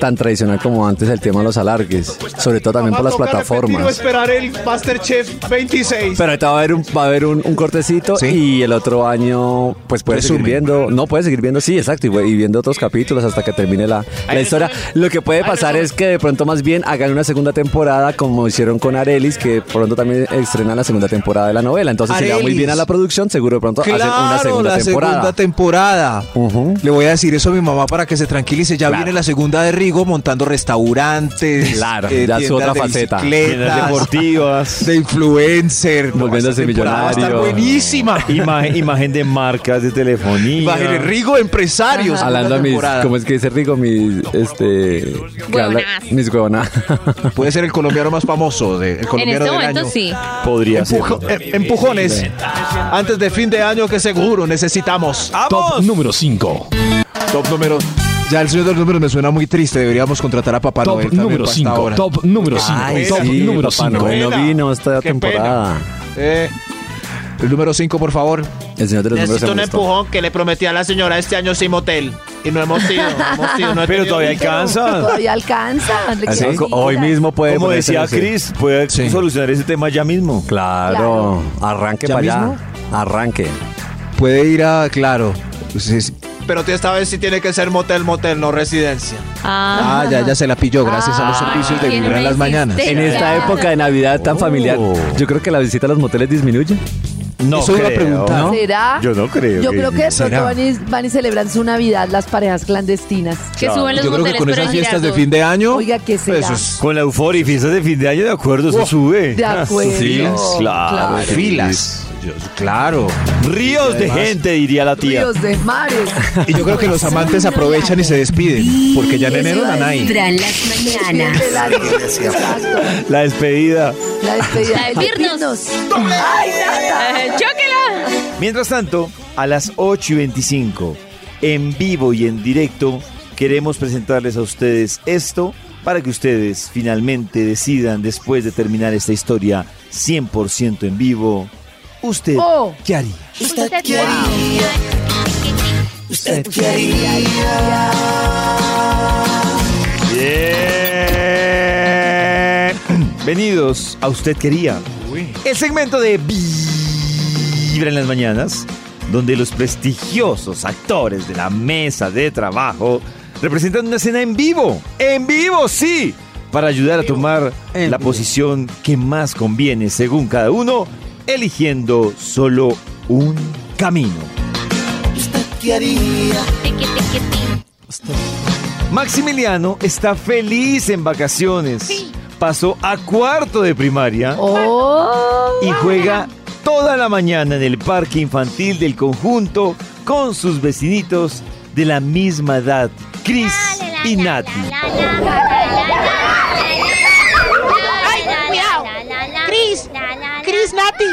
S5: tan tradicional como antes el tema de los alargues, sobre todo también por
S14: Va a
S5: las
S14: tocar repetir o
S5: plataformas.
S14: esperar el Masterchef 26.
S5: Pero ahorita va a haber un, va a haber un, un cortecito
S3: Sí.
S5: y el otro año, pues puedes seguir
S3: Resumen.
S5: viendo. No, puedes seguir viendo, sí, exacto. Y, bu- y viendo otros capítulos hasta que termine la, la historia. Lo que puede pasar es que de pronto, más bien, hagan una segunda temporada como hicieron con Arelis, que pronto también estrenan la segunda temporada de la novela. Entonces, si le va muy
S3: Arelis.
S5: bien a la producción, seguro de pronto hacen una segunda
S3: la
S5: temporada.
S3: segunda temporada.
S5: Ujú.
S3: Le voy a decir eso a mi mamá para que se tranquilice. Ya viene la segunda de Rigo montando restaurantes. eh,
S5: Claro, ya es
S3: tiendas
S5: otra
S3: de
S5: faceta.
S3: bicicletas,
S14: [laughs]
S1: Tiendas deportivas.
S3: de influencer. No,
S5: Volviéndose
S3: esta temporada va a estar
S5: millonario.
S3: buenísima.
S1: Imagen, imagen de marcas de telefonía.
S3: Imagínate, Rigo empresarios.
S5: Hablando a mis, como es que dice Rico, mis, este, que habla-
S2: Huevonas.
S5: mis huevonas.
S3: Puede ser el colombiano más famoso, de- el
S2: En
S3: colombiano
S2: este
S3: del
S2: momento
S3: año.
S2: sí.
S1: Podría ser.
S14: Empujo- eh, empujones antes de fin de año que seguro necesitamos.
S15: Top número 5.
S3: Ah, Top número. Ya el señor de los números me suena muy triste. Deberíamos contratar a Papá Noel.
S15: Top
S3: también
S15: número
S3: para esta hora.
S15: 5. Top número 5.
S5: Ay,
S15: Top
S5: [laughs] sí,
S15: número
S5: Papá
S15: 5.
S5: Noel no vino esta
S14: Qué pena.
S5: temporada.
S14: Eh,
S3: El número 5, por favor.
S5: El señor de los números se
S9: Necesito un
S5: molestó.
S9: empujón que le prometí a la señora este año sin motel. Y no hemos ido, no hemos
S14: [laughs]
S9: ido. No he
S1: Pero
S9: tenido
S1: todavía
S9: dinero.
S1: alcanza.
S6: Todavía alcanza. le
S5: Así
S6: quedan
S5: que ¿Ah, hoy
S6: días.
S5: mismo puede
S1: Como
S5: ponerse
S1: decía
S5: en serio.
S1: Cris, puede
S3: Sí.
S1: solucionar ese tema ya mismo.
S5: Claro, arranque
S3: ¿Ya
S5: para allá.
S3: mismo?
S5: Arranque.
S3: Puede ir a. Claro. Sí, sí.
S14: pero esta vez sí tiene que ser motel, motel, no residencia.
S2: Ah,
S3: Ah, ya, ya se la pilló. Gracias a los
S2: Ah,
S3: servicios de
S2: tiene
S3: Vibra en las
S2: una
S3: mañanas. Oh.
S2: insistencia.
S5: En esta
S2: Claro.
S5: época de Navidad tan familiar, yo creo que la visita a los moteles disminuye.
S1: No,
S3: Eso iba a
S1: creo.
S3: preguntar.
S1: ¿no?
S6: ¿Será?
S1: Yo no creo
S6: Yo
S1: que
S6: creo que de
S3: ¿Será?
S6: pronto van y, van y celebran su Navidad las parejas clandestinas.
S2: que suben los
S3: Yo creo que
S2: moteles,
S3: con
S2: pero
S3: esas
S2: en
S3: fiestas de
S2: Girardot.
S3: fin de año.
S6: Oiga, ¿qué será?
S3: Eso es.
S1: Con la euforia y fiestas de fin de año, de acuerdo, eso sube. Ah,
S6: De acuerdo.
S1: Filas, claro.
S6: Claro.
S3: Filas. Dios, Claro.
S1: Ríos de gente, diría la tía.
S6: Ríos de
S1: [laughs]
S6: mares.
S3: Y yo creo [laughs] que los amantes aprovechan y se despiden. Porque ya en enero dan ahí.
S7: Vibra en las mañanas.
S6: Del año. Exacto.
S1: La despedida.
S6: La despedida.
S2: La de Pirnos.
S6: ¡Ay, nada!
S2: Eh, ¡Chóquela!
S1: Mientras tanto, a las 8 y 25, en vivo y en directo, queremos presentarles a ustedes esto para que ustedes finalmente decidan, después de terminar esta historia 100% en vivo, usted
S6: Oh.
S1: qué haría. Bienvenidos a Usted Quería. El segmento de Vibra en las Mañanas, donde los prestigiosos actores de la mesa de trabajo representan una escena en vivo. ¡En vivo, sí! Para ayudar a tomar la posición que más conviene según cada uno, eligiendo solo un camino.
S9: ¿Qué haría?
S1: Maximiliano está feliz en vacaciones. Pasó a cuarto de primaria y juega toda la mañana en el parque infantil del conjunto con sus vecinitos de la misma edad, Chris y Nati.
S9: ¡Ay, cuidado! ¡Cris! ¡Cris Nati!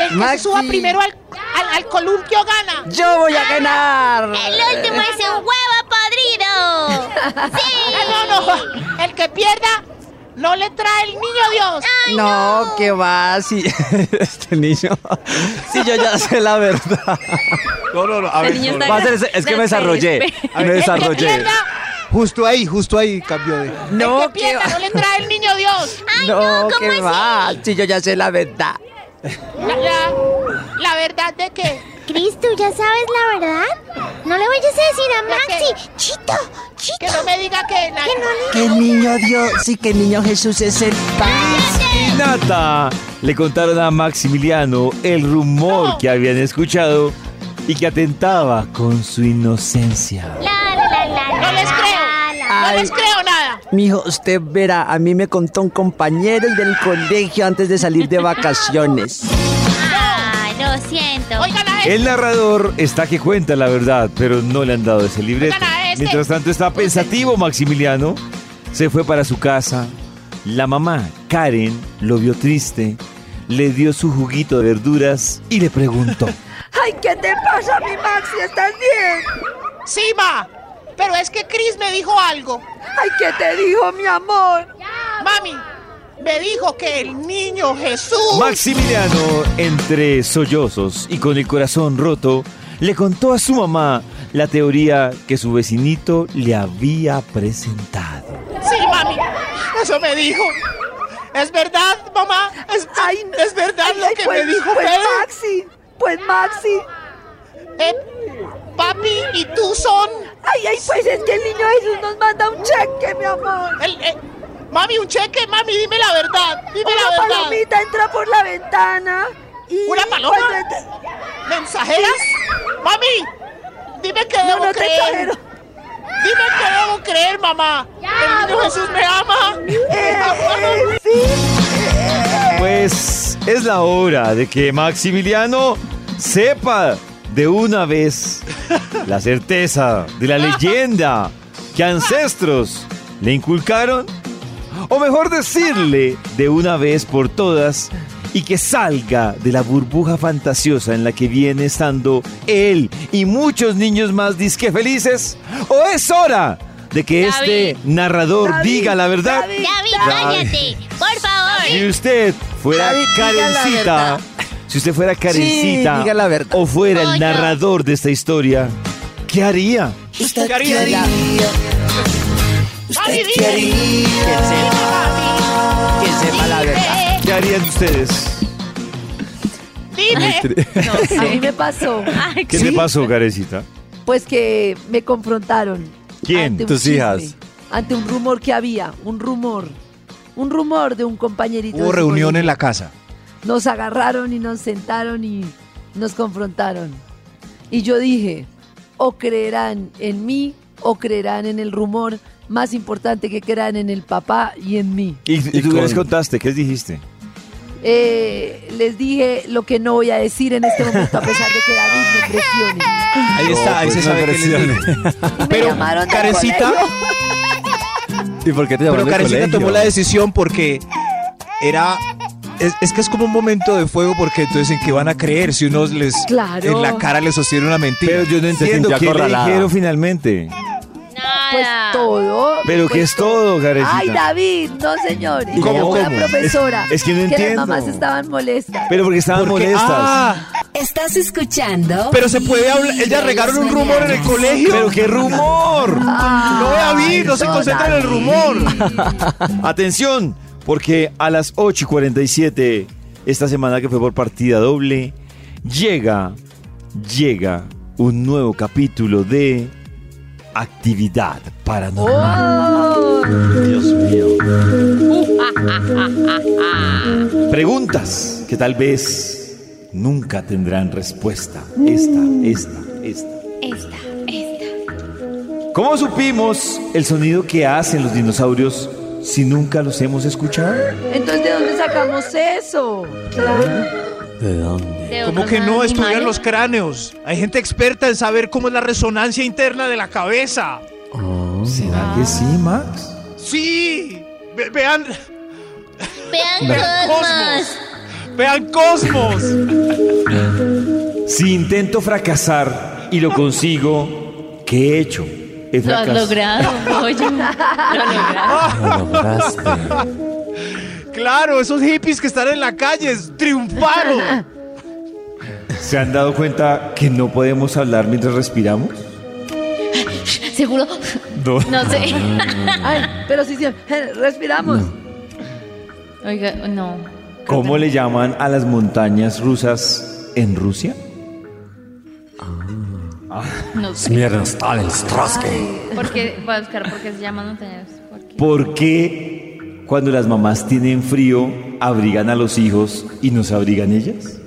S9: El que se
S5: Maxi.
S9: suba primero al, al, al columpio gana.
S5: Yo voy a ganar.
S9: El último es un huevo podrido. ¡Sí! no, no. El que pierda no le trae el niño Dios.
S5: No, que va, si [laughs] este niño, si yo ya sé la verdad.
S3: No, no, no.
S5: a ver, Este niño no, está no. va a ser ese- es que me desarrollé,
S3: A ver,
S5: [laughs] me
S3: el que
S5: desarrollé.
S3: pierda- Justo ahí, justo ahí cambió de.
S5: No, que
S9: Pierda, no le trae el niño Dios.
S5: no, que va, si yo ya sé la verdad.
S9: La, la- la verdad de que.
S2: Cris, tú ya sabes la verdad. No le vayas a decir a Maxi. Chito, chito.
S9: Que no me diga que. la-
S5: Que niño Dios, sí que niño Jesús es el paz.
S1: Y Nata le contaron a Maximiliano el rumor que habían escuchado y que atentaba con su inocencia.
S9: No les creo. No
S5: Ay.
S9: les creo nada.
S5: Mijo, usted verá, a mí me contó un compañero del colegio antes de salir de [laughs] vacaciones.
S2: Ah, lo siento.
S9: Oigan
S1: [laughs]
S9: a
S1: El
S9: este.
S1: narrador está que cuenta la verdad, pero no le han dado ese libreto.
S9: Oigan a este.
S1: Mientras tanto está pensativo Maximiliano. Se fue para su casa. La mamá, Karen, lo vio triste, le dio su juguito de verduras y le preguntó.
S6: Ay, ¿qué te pasa, mi Maxi? ¿Estás bien?
S9: Sí, ma. Pero es que Chris me dijo algo.
S6: Ay, ¿qué te dijo, mi amor?
S9: Mami, me dijo que el niño Jesús.
S1: Maximiliano, entre sollozos y con el corazón roto, le contó a su mamá la teoría que su vecinito le había presentado.
S9: Sí, mami. Eso me dijo. ¿Es verdad, mamá? ¿Es, es verdad
S6: Ay,
S9: lo
S6: ay,
S9: que
S6: pues-
S9: me dijo
S6: pues,
S9: Pedro? Eh,
S6: Maxi, pues Maxi.
S9: papi y tú son.
S6: Ay, ay, pues es que el niño Jesús nos manda un cheque, mi amor.
S9: El- eh, mami, un cheque, mami, dime la verdad. Dime
S6: Una
S9: la verdad.
S6: palomita entra por la ventana. Y
S9: ¿Una paloma?
S6: cuando entra-
S9: ¿Mensajeras? Mami, dime que debo
S6: no te
S9: creer. Dime que debo creer, mamá. el niño Jesús me ama.
S6: Eh,
S9: [laughs]
S1: Pues es la hora de que Maximiliano sepa de una vez la certeza de la leyenda que ancestros le inculcaron, o mejor decirle de una vez por todas y que salga de la burbuja fantasiosa en la que viene estando él y muchos niños más disque felices, o es hora de que este narrador diga la verdad.
S2: David,
S1: David.
S2: cállate. Por favor.
S1: Si usted fuera
S2: David, diga la
S1: Karencita,
S2: verdad.
S1: si usted fuera Karencita
S5: diga la verdad.
S1: o fuera el
S5: Oiga.
S1: narrador de esta historia, ¿qué haría?
S5: ¿Usted qué haría?
S9: Mami,
S5: ¿Qué
S9: dime.
S5: haría? Que sepa, que sepa la verdad.
S1: ¿Qué harían ustedes?
S9: Dime.
S6: No sé. A mí me pasó.
S1: ¿Qué te pasó, Karencita?
S6: Pues que me confrontaron.
S1: ¿Quién?
S6: Ante un chisme, Ante un rumor que había, un rumor. Un rumor de un compañerito. de
S17: Hubo
S6: su
S17: reunión en
S6: colegio.
S17: la casa.
S6: Nos agarraron y nos sentaron y nos confrontaron. Y yo dije, o creerán en mí o creerán en el rumor, más importante que crean en el papá y en mí.
S1: ¿Y, y tú qué les contaste? ¿Qué les dijiste?
S6: Eh, les dije lo que no voy a decir en este momento, a pesar de que David me presione.
S3: Ahí está, ahí se sabe que le- [laughs]
S6: Pero, llamaron
S3: Karencita,
S18: ¿Y por qué te
S3: Pero
S18: llamaron del
S3: Karencita
S18: colegio?
S3: tomó la decisión porque era. Es, es que es como un momento de fuego porque entonces en qué van a creer si uno les
S6: Claro.
S3: en la cara les sostiene una mentira. Pero yo no
S1: Entiendo que le dijeron finalmente.
S6: Pues
S2: Ah.
S6: todo. pues
S1: Pero que es todo, Karencita.
S6: Ay, David, no, señor. Y
S1: ¿Cómo,
S6: llamó la
S1: cómo?
S6: profesora.
S1: Es- es que no entiendo.
S6: las mamás estaban molestas.
S1: Pero porque estaban molestas.
S3: ah,
S7: Estás escuchando.
S3: Pero se puede hablar. Ellas regaron un rumor en el colegio.
S1: Pero qué rumor.
S3: No, David, no se concentra en el rumor.
S1: Atención, Porque a las 8 y 47, esta semana que fue por partida doble, llega, llega un nuevo capítulo de Actividad Paranormal. Dios mío. Preguntas que tal vez nunca tendrán respuesta. Esta, esta, esta.
S19: Esta, esta.
S1: ¿Cómo supimos el sonido que hacen los dinosaurios si nunca los hemos escuchado?
S6: Entonces, ¿de dónde sacamos eso?
S1: ¿De dónde?
S14: ¿Cómo que no? Estudian los cráneos. Hay gente experta en saber cómo es la resonancia interna de la cabeza.
S1: ¿Será
S2: Ah.
S1: que sí, Max?
S14: ¡Sí! Ve- vean,
S19: Vean
S14: vean Cosmos. Vean Cosmos.
S1: Si intento fracasar y lo consigo, ¿qué he hecho? He
S2: Lo has
S1: fracasado.
S2: logrado, oye. Lo lograste.
S1: Lo lograste.
S14: Claro, esos hippies que están en la calle triunfaron.
S1: [laughs] ¿Se han dado cuenta que no podemos hablar mientras respiramos?
S6: ¿Seguro?
S2: [laughs]
S1: No.
S6: Ay, pero sí, sí, eh, respiramos.
S2: Oiga, no.
S1: ¿Cómo le llaman a las montañas rusas en Rusia?
S2: No sé. ¿Por qué? Voy a buscar por qué se llaman montañas.
S1: ¿Por qué cuando las mamás tienen frío abrigan a los hijos y nos abrigan ellas?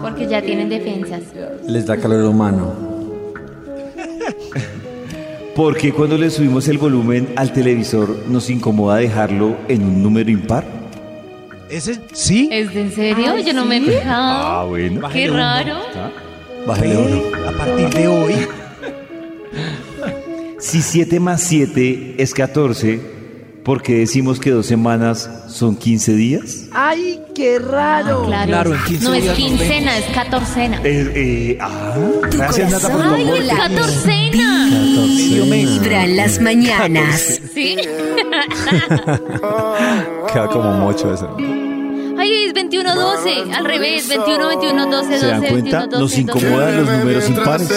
S2: Porque ya tienen defensas.
S5: Les da calor humano.
S1: ¿Por qué cuando le subimos el volumen al televisor nos incomoda dejarlo en un número impar?
S14: ¿Ese sí?
S2: ¿Es de en serio? Yo no me he fijado.
S1: Ah, bueno.
S2: Qué raro.
S1: Bájale uno.
S14: A partir de hoy.
S1: Si 7 más 7 es 14, ¿por qué decimos que dos semanas son 15 días?
S6: Ay, qué raro.
S2: Claro.
S1: Ah, Claro, en 15
S2: no es
S1: días nos
S2: quincena, es catorcena.
S1: Eh, eh, ah, gracias, Nata, por tu
S2: Ay,
S1: amor.
S2: es catorcena.
S7: Vibra en las mañanas.
S2: Sí.
S5: Queda como mocho eso.
S2: Ay, es 21-12. Al revés, 21, 21, 12, 12,
S1: ¿Se dan cuenta?
S2: 21, 12,
S1: Nos
S2: 12.
S1: incomodan los números impares.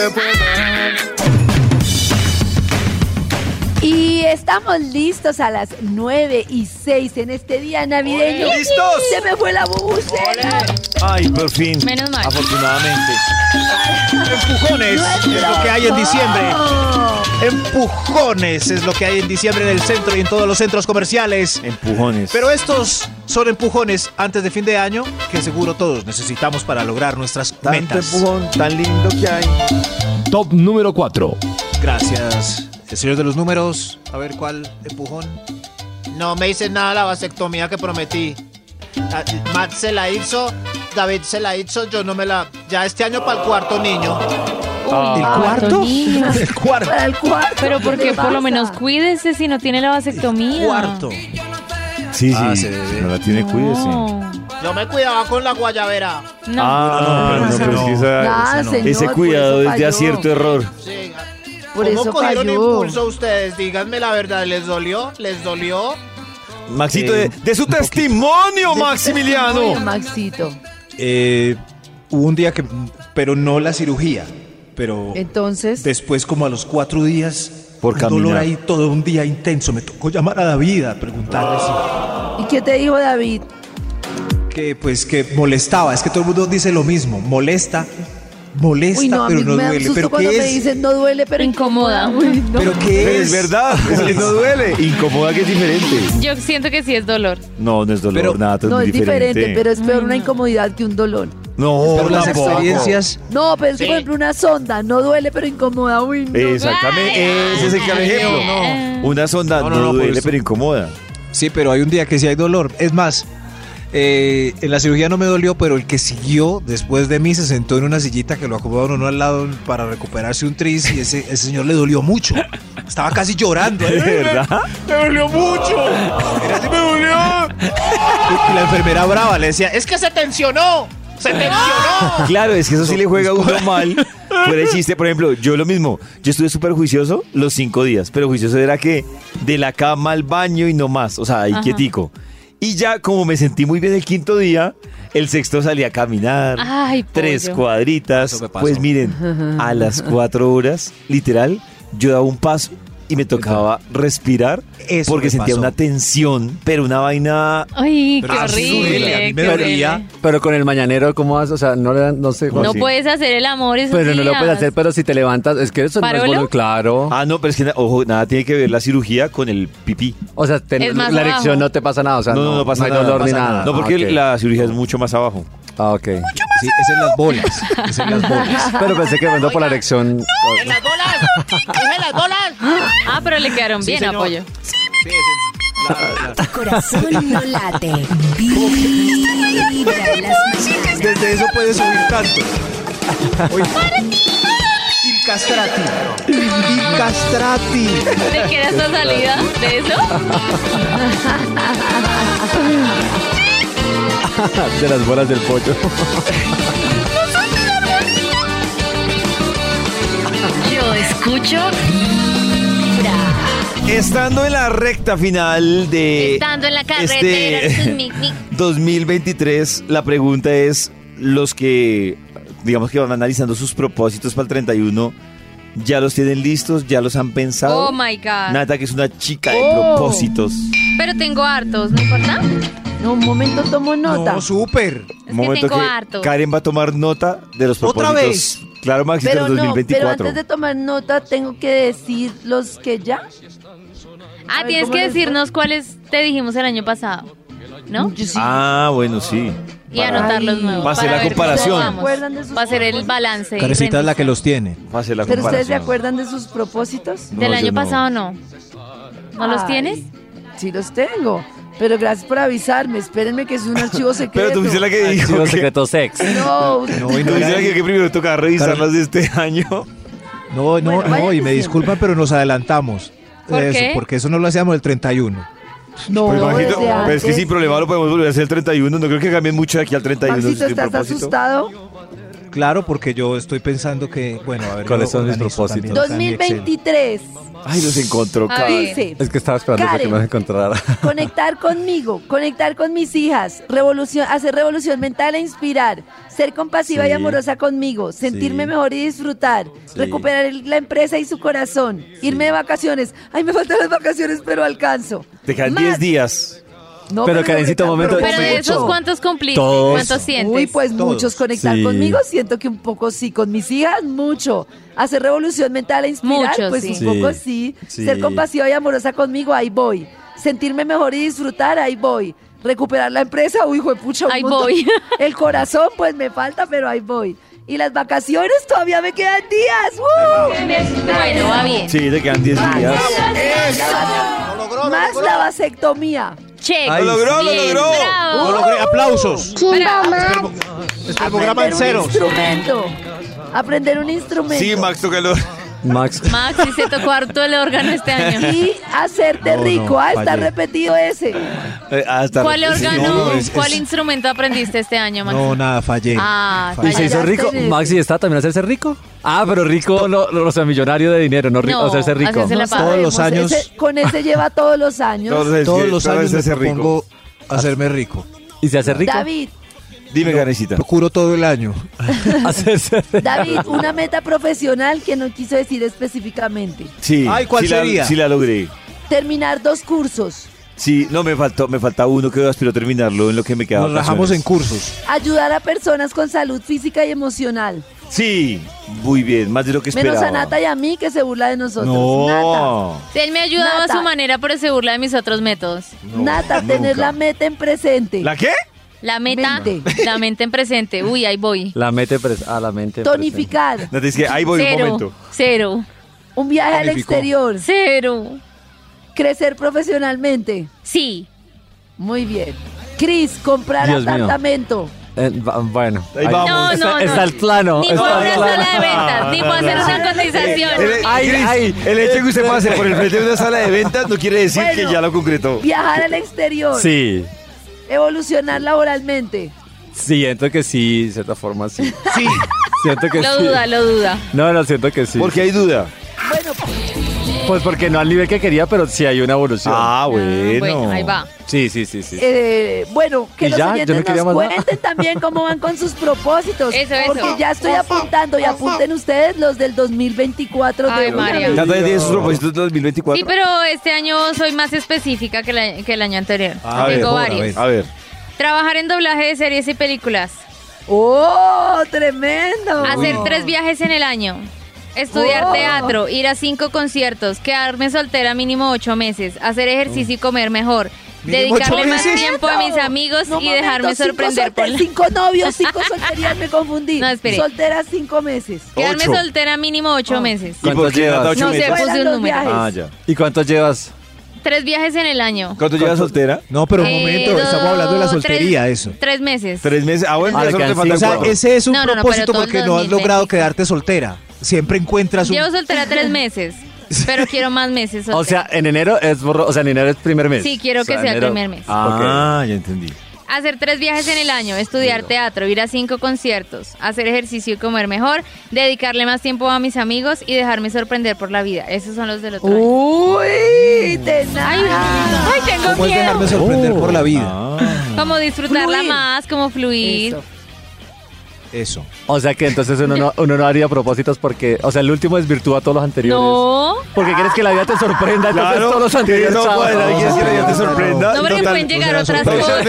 S6: Y estamos listos a las 9 y 6 en este día navideño.
S1: ¡Ole! ¡Listos!
S6: Se me fue la bubucera.
S1: Ay, por fin.
S6: Menos mal.
S1: Afortunadamente.
S14: Empujones es lo que hay en diciembre. Empujones es lo que hay en diciembre en el centro y en todos los centros comerciales.
S1: Empujones.
S14: Pero estos son empujones antes de fin de año que seguro todos necesitamos para lograr nuestras metas.
S1: empujón tan lindo que hay.
S15: Top número 4.
S14: Gracias. El señor de los números. A ver cuál empujón.
S9: No me hice nada la vasectomía que prometí. La- Matt se la hizo, David se la hizo, yo no me la. Ya este año para el cuarto niño.
S14: ¿El cuarto? El cuarto.
S2: Pero porque por lo menos cuídese si no tiene la vasectomía.
S14: Cuarto.
S1: Sí, sí.
S14: Ah, se
S1: si no la tiene, cuídese.
S9: Yo me cuidaba con la guayabera.
S2: No.
S1: Ah, no, no, pero es que esa-
S6: Ah,
S9: Ya, señor,
S1: ese
S9: por
S1: cuidado
S9: eso
S1: es de
S9: falló.
S1: acierto error.
S9: Por
S6: eso
S9: cogieron
S6: cayó.
S9: impulso ustedes? Díganme la verdad, ¿les dolió? ¿Les dolió?
S1: Maxito,
S3: Eh,
S1: de, de su testimonio, Maximiliano.
S6: Maxito.
S3: Eh, hubo un día que, pero no la cirugía, pero
S6: Entonces.
S3: después como a los cuatro días,
S1: por
S3: dolor
S1: caminar.
S3: ahí todo un día intenso, me tocó llamar a David a preguntarle si-
S6: ¿Y qué te dijo David?
S3: que pues que molestaba, es que todo el mundo dice lo mismo, molesta, molesta,
S6: Uy, no, a
S3: pero
S6: mí
S3: no
S6: me da un
S3: duele,
S6: susto
S3: pero
S6: cuando
S3: qué
S6: me
S3: es,
S6: dicen no duele, pero incomoda.
S3: pero qué es, [laughs]
S1: verdad, no duele. Incomoda que es diferente.
S2: [laughs] Yo siento que sí es dolor.
S1: No, no es dolor, nada, es
S6: No,
S1: muy
S6: es diferente,
S1: diferente.
S6: pero es peor una incomodidad que un dolor.
S1: No,
S3: Pero las
S1: tampoco.
S3: experiencias-
S6: No, pero es
S3: Sí.
S6: por ejemplo una sonda, no duele, pero incomoda. Uy, no.
S1: Eh, Exactamente, ese es el claro ejemplo. Una sonda
S3: No,
S1: no,
S3: no, no, por
S1: duele,
S3: eso.
S1: pero incomoda.
S3: [laughs] Sí, pero hay un día que sí hay dolor. Es más, eh, en la cirugía no me dolió, pero el que siguió después de mí se sentó en una sillita que lo acomodaron uno al lado para recuperarse un tris y ese, ese señor le dolió mucho. Estaba casi [laughs] llorando. ¿eh?
S1: ¿De verdad?
S3: ¡Me dolió mucho! ¡Me dolió! Y la enfermera brava le decía,
S9: Es que se tensionó. Se tensionó.
S1: Claro, es que eso sí le juega a uno mal. Fuera de chiste, por ejemplo, yo lo mismo. Yo estuve súper juicioso los cinco días, pero juicioso era que de la cama al baño y no más, o sea, ahí
S20: Ajá.
S1: quietico. Y ya como me sentí muy bien el quinto día, el sexto salí a caminar,
S20: Ay,
S1: tres
S20: pollo.
S1: cuadritas.
S20: Eso me pasó.
S1: Pues miren, a las cuatro horas, literal, yo daba un paso y me tocaba respirar
S3: Eso
S1: porque
S3: me
S1: sentía
S3: pasó.
S1: una tensión, pero una vaina
S2: Eh, Ay, qué
S1: Pero
S2: horrible. qué horrible.
S5: Pero con el mañanero, ¿cómo vas? O sea, no le dan, no sé.
S2: No
S5: sí.
S2: puedes hacer el amor esos
S5: Pero no lo
S2: días.
S5: puedes hacer, pero si te levantas, es que eso no es
S2: ¿Parolo?
S5: bueno, claro.
S1: Ah, no, pero es que, ojo, nada tiene que ver la cirugía con el pipí.
S5: O sea, te-
S2: Es
S5: la
S2: más abajo.
S5: erección no te pasa nada, o sea,
S1: no,
S5: no,
S1: no, no pasa
S5: hay
S1: nada.
S5: dolor
S1: no
S5: ni
S1: pasa
S5: nada.
S1: nada. No, porque
S5: Ah, ok.
S1: la cirugía es mucho más abajo.
S5: Ah, ok.
S3: Sí, es en las bolas. Es en las
S1: [laughs]
S3: bolas.
S5: Pero pensé que de pronto por la erección.
S13: ¡En las bolas! ¡Deje las bolas!
S2: Ah, pero le quedaron bien, apoyo.
S7: Tu corazón no late. Vibra en las mañanas.
S3: Desde eso puedes subir
S1: [laughs]
S3: tanto. Oye. Il castrati. Il castrati.
S2: ¿Te queda esta salida de eso?
S5: de las bolas del pollo.
S7: Yo escucho Vibra.
S1: Estando en la recta final de
S7: Estando en la
S1: carretera, Este- es un mic, [laughs] 2023, la pregunta es, los que, digamos que van analizando sus propósitos para el 31, ¿ya los tienen listos? ¿Ya los han pensado?
S2: Oh my God.
S1: Nata, que es una chica de
S6: Oh.
S1: propósitos.
S2: Pero tengo hartos, ¿no importa?
S6: No, un momento tomo nota.
S1: No,
S3: súper.
S1: Momento
S2: tengo
S1: que
S2: hartos.
S1: Karen va a tomar nota de los propósitos.
S6: ¿Otra vez?
S1: Claro, Max, de
S6: Pero
S1: los
S6: no, pero
S1: 2024.
S6: antes de tomar nota, tengo que decir los que ya.
S2: Ah, tienes que decirnos cuáles te dijimos el año pasado. ¿No?
S1: Ah, bueno, sí.
S2: Y anotar los nuevos.
S1: Va a ser
S2: para
S1: la
S2: ver cómo
S1: comparación.
S2: vamos. Va a ser el balance.
S3: Carecita es la que los tiene.
S1: Va a ser la
S6: ¿Pero ustedes se
S1: comparación.
S6: acuerdan de sus propósitos?
S2: Del año pasado no. ¿No los
S6: Ay,
S2: tienes?
S6: Sí los tengo, pero gracias por avisarme. Espérenme que es un archivo secreto.
S1: [laughs] Pero tú fuiste la que dijo que...
S5: secreto sex.
S6: No,
S1: [laughs] No, y no dice la que, que primero toca revisarlas de este año.
S3: No, no, no, y
S6: váyanse
S3: me disculpan, pero nos adelantamos.
S2: ¿Por
S3: Eso,
S2: qué?
S3: porque eso no lo hacíamos el 31.
S6: no,
S1: Pero, Maxito,
S6: desde
S1: pero pues, es que
S6: antes.
S1: sin problema lo podemos volver a hacer el 31. No creo que cambien mucho de aquí al 31. si
S6: Maxito,
S1: tiene
S6: ¿estás
S1: propósito.
S6: asustado?
S3: Claro, porque yo estoy pensando que, bueno, a ver.
S5: ¿Cuáles son mis propósitos?
S6: 2023.
S1: Ay, los encontró,
S6: A
S1: Karen.
S6: ver. Dice,
S5: Es que estaba esperando para que [laughs]
S6: Karen.
S5: me encontrara.
S6: Conectar conmigo, conectar con mis hijas, revolución, hacer revolución mental e inspirar, ser compasiva
S5: Sí.
S6: y amorosa conmigo, sentirme
S5: Sí.
S6: mejor y disfrutar,
S5: Sí.
S6: recuperar el- la empresa y su corazón, irme de vacaciones. Ay, me faltan las vacaciones, pero alcanzo.
S1: Te quedan 10 días.
S6: No,
S5: Pero, Karencita, un momento.
S2: Pero de esos, ¿cuántos cumpliste?
S5: Todos.
S2: ¿Cuántos sientes?
S6: Uy, pues muchos. Conectar
S5: Sí.
S6: conmigo, siento que un poco sí. Con mis hijas, mucho. Hacer revolución mental e inspirar,
S2: Mucho,
S6: pues
S2: sí.
S6: un poco sí.
S5: Sí, sí.
S6: Ser compasiva y amorosa conmigo, ahí voy. Sentirme mejor y disfrutar, ahí voy. Recuperar la empresa, uy, hijo de pucha. un
S2: Ahí
S6: montón.
S2: voy.
S6: [laughs] El corazón, pues me falta, pero ahí voy. Y las vacaciones todavía me quedan días. ¡Uh!
S2: Bueno, va bien.
S1: Sí, te quedan 10 días.
S6: Más la vasectomía.
S2: Check.
S1: Ay, Lo logró, lo
S2: Bien,
S1: logró.
S2: bravo.
S3: Lo logré. Aplausos.
S19: Chimba, Max.
S3: Este programa en
S6: Aprender un
S3: ceros.
S6: instrumento. Aprender un instrumento.
S1: Sí, Max, toca el
S5: Max.
S2: Max, sí se tocó harto el órgano este año.
S6: y hacerte
S1: No, no,
S6: rico. ah, está
S1: fallé.
S6: repetido ese.
S1: Eh, hasta-
S2: ¿Cuál
S1: sí,
S2: órgano,
S1: no, es-
S2: cuál
S1: es-
S2: instrumento aprendiste este año, Max?
S3: No, nada, fallé.
S2: Ah,
S5: ¿Y se hizo rico? ¿Maxi está también a hacerse rico? Ah, pero rico, no, no, o sea, millonario de dinero, no rico,
S2: No,
S5: hacerse rico.
S2: hacerse la paja.
S3: Todos los años,
S6: Ese- con ese lleva todos los años.
S1: Entonces,
S3: todos
S1: sí,
S3: los
S1: entonces
S3: años
S1: se hace
S3: me
S1: rico.
S3: propongo hacerme rico.
S5: ¿Y se hace rico?
S6: David,
S1: Dime, Karencita.
S3: Procuro todo el año.
S5: [laughs] Hacerse
S6: David, una meta profesional que no quiso decir específicamente.
S1: Sí.
S3: Ay, ¿cuál
S1: sí la-
S3: sería?
S1: sí la logré.
S6: Terminar dos cursos.
S1: Sí, no, me faltó, me falta uno que aspiro a terminarlo en lo que me queda.
S3: Nos rajamos en
S1: vacaciones.
S3: cursos.
S6: Ayudar a personas con salud física y emocional.
S1: Sí, muy bien, más de lo que esperaba.
S6: Menos a Nata y a mí que se burla de nosotros.
S1: No.
S2: Sí, Él me ayudaba
S6: Nata.
S2: a su manera, pero se burla de mis otros métodos.
S6: Nata, Nata, tener la meta en presente.
S1: ¿La qué?
S2: La meta,
S6: Mente.
S2: la mente en presente. Uy, ahí voy.
S5: La mente pres- a la mente. presente.
S6: Tonificar.
S1: Nata, es que ahí voy un
S2: Cero,
S1: momento.
S2: cero,
S6: Un viaje al
S3: Tonificó.
S6: exterior.
S2: cero.
S6: Crecer profesionalmente.
S2: Sí.
S6: Muy bien. Cris, comprar
S5: Dios mío.
S6: apartamento.
S5: Eh, va- bueno.
S1: Ahí vamos.
S2: No,
S5: está,
S2: no,
S5: está
S2: no.
S5: el plano.
S2: Ni
S5: está
S2: por
S5: el
S2: una
S5: plano.
S2: sola de ventas, ni por hacer
S1: Ah, no, Eh,
S2: una cotización.
S5: Ay,
S1: Cris,
S5: ay.
S1: el hecho de que usted pase por el frente de una sala de ventas no quiere decir
S6: Bueno.
S1: que ya lo concretó.
S6: Viajar al exterior.
S5: Sí.
S6: Evolucionar laboralmente.
S5: Siento que sí, de cierta forma sí.
S3: Sí.
S5: Siento
S2: [laughs]
S5: que
S2: Lo
S5: sí.
S2: duda, lo duda.
S5: No, no, siento que sí.
S1: Porque hay duda.
S6: Bueno,
S5: Pues porque no al nivel que quería, pero sí hay una evolución.
S1: Ah, bueno.
S2: bueno, ahí va.
S5: Sí, sí, sí, sí.
S6: Eh, bueno, que
S5: Y
S6: los
S5: ya, yo
S6: oyentes
S5: no quería
S6: nos
S5: más nada.
S6: cuenten también cómo van con sus propósitos.
S2: Eso, eso.
S6: Porque ya estoy apuntando y apunten ustedes los del 2024
S2: Ay,
S6: de una
S2: María.
S6: vez.
S1: Ya todavía tiene sus propósitos del 2024.
S2: Sí, pero este año soy más específica que, la- que el año anterior.
S1: a, ver,
S2: Tengo
S1: a
S2: varios.
S1: ver, a ver.
S2: Trabajar en doblaje de series y películas.
S6: ¡Oh, tremendo!
S2: Hacer tres viajes en el año. Estudiar
S6: Oh.
S2: teatro, ir a cinco conciertos, quedarme soltera mínimo ocho meses, hacer ejercicio y comer mejor,
S6: Mínimo ocho
S2: dedicarle más
S6: meses.
S2: tiempo a mis amigos
S6: No,
S2: y
S6: momento,
S2: dejarme
S6: cinco
S2: sorprender
S6: solte-
S2: por la-
S6: Cinco novios,
S2: [laughs]
S6: cinco solterías, me confundí.
S2: No, espere.
S6: Solteras cinco meses.
S2: Quedarme
S5: Ocho.
S2: soltera mínimo
S6: Ah.
S2: ocho meses.
S5: ¿Y por qué llevas?
S2: No sé, pues, puse un número.
S5: Ah, ya. ¿Y cuántos llevas?
S2: Tres viajes en el año.
S1: ¿Cuánto llevas soltera?
S3: No, pero
S2: un Eh, momento, dos, estamos hablando de la soltería, tres.
S3: eso.
S2: Tres meses.
S1: Tres meses. Ah, bueno,
S3: Ah,
S1: ya solo te
S3: alcancía.
S1: faltan
S3: O sea,
S1: cuatro.
S3: ese es un
S2: No, no, no,
S3: propósito
S2: pero todo el
S3: porque no has
S2: 2020.
S3: logrado quedarte soltera. Siempre encuentras un...
S2: Llevo soltera tres meses, pero quiero más meses.
S5: O
S2: soltera.
S5: sea, en enero es borro- o sea, en enero es primer mes.
S2: Sí, quiero
S5: O sea,
S2: que sea el
S5: enero-
S2: primer mes.
S5: Ah,
S1: ya entendí.
S2: Hacer tres viajes en el año, estudiar teatro, ir a cinco conciertos, hacer ejercicio y comer mejor, dedicarle más tiempo a mis amigos y dejarme sorprender por la vida. Esos son los del otro
S3: Uh.
S2: año.
S6: ¡Uy!
S2: ¡Ay, ay, tengo
S3: ¿Cómo es
S2: miedo!
S3: dejarme sorprender por la vida?
S1: Ah.
S2: Como disfrutarla más, como fluir.
S3: Eso.
S5: O sea que entonces uno no, uno no haría propósitos porque, o sea, el último desvirtúa a todos los anteriores.
S2: No.
S5: Porque quieres que la vida te sorprenda, entonces
S1: Claro,
S5: todos los
S1: que
S5: anteriores.
S1: no
S5: chao.
S1: cuadra, y es que la vida te sorprenda.
S2: No, porque
S1: Total,
S2: pueden llegar
S1: o sea,
S2: otras
S1: sorpresa.
S2: cosas.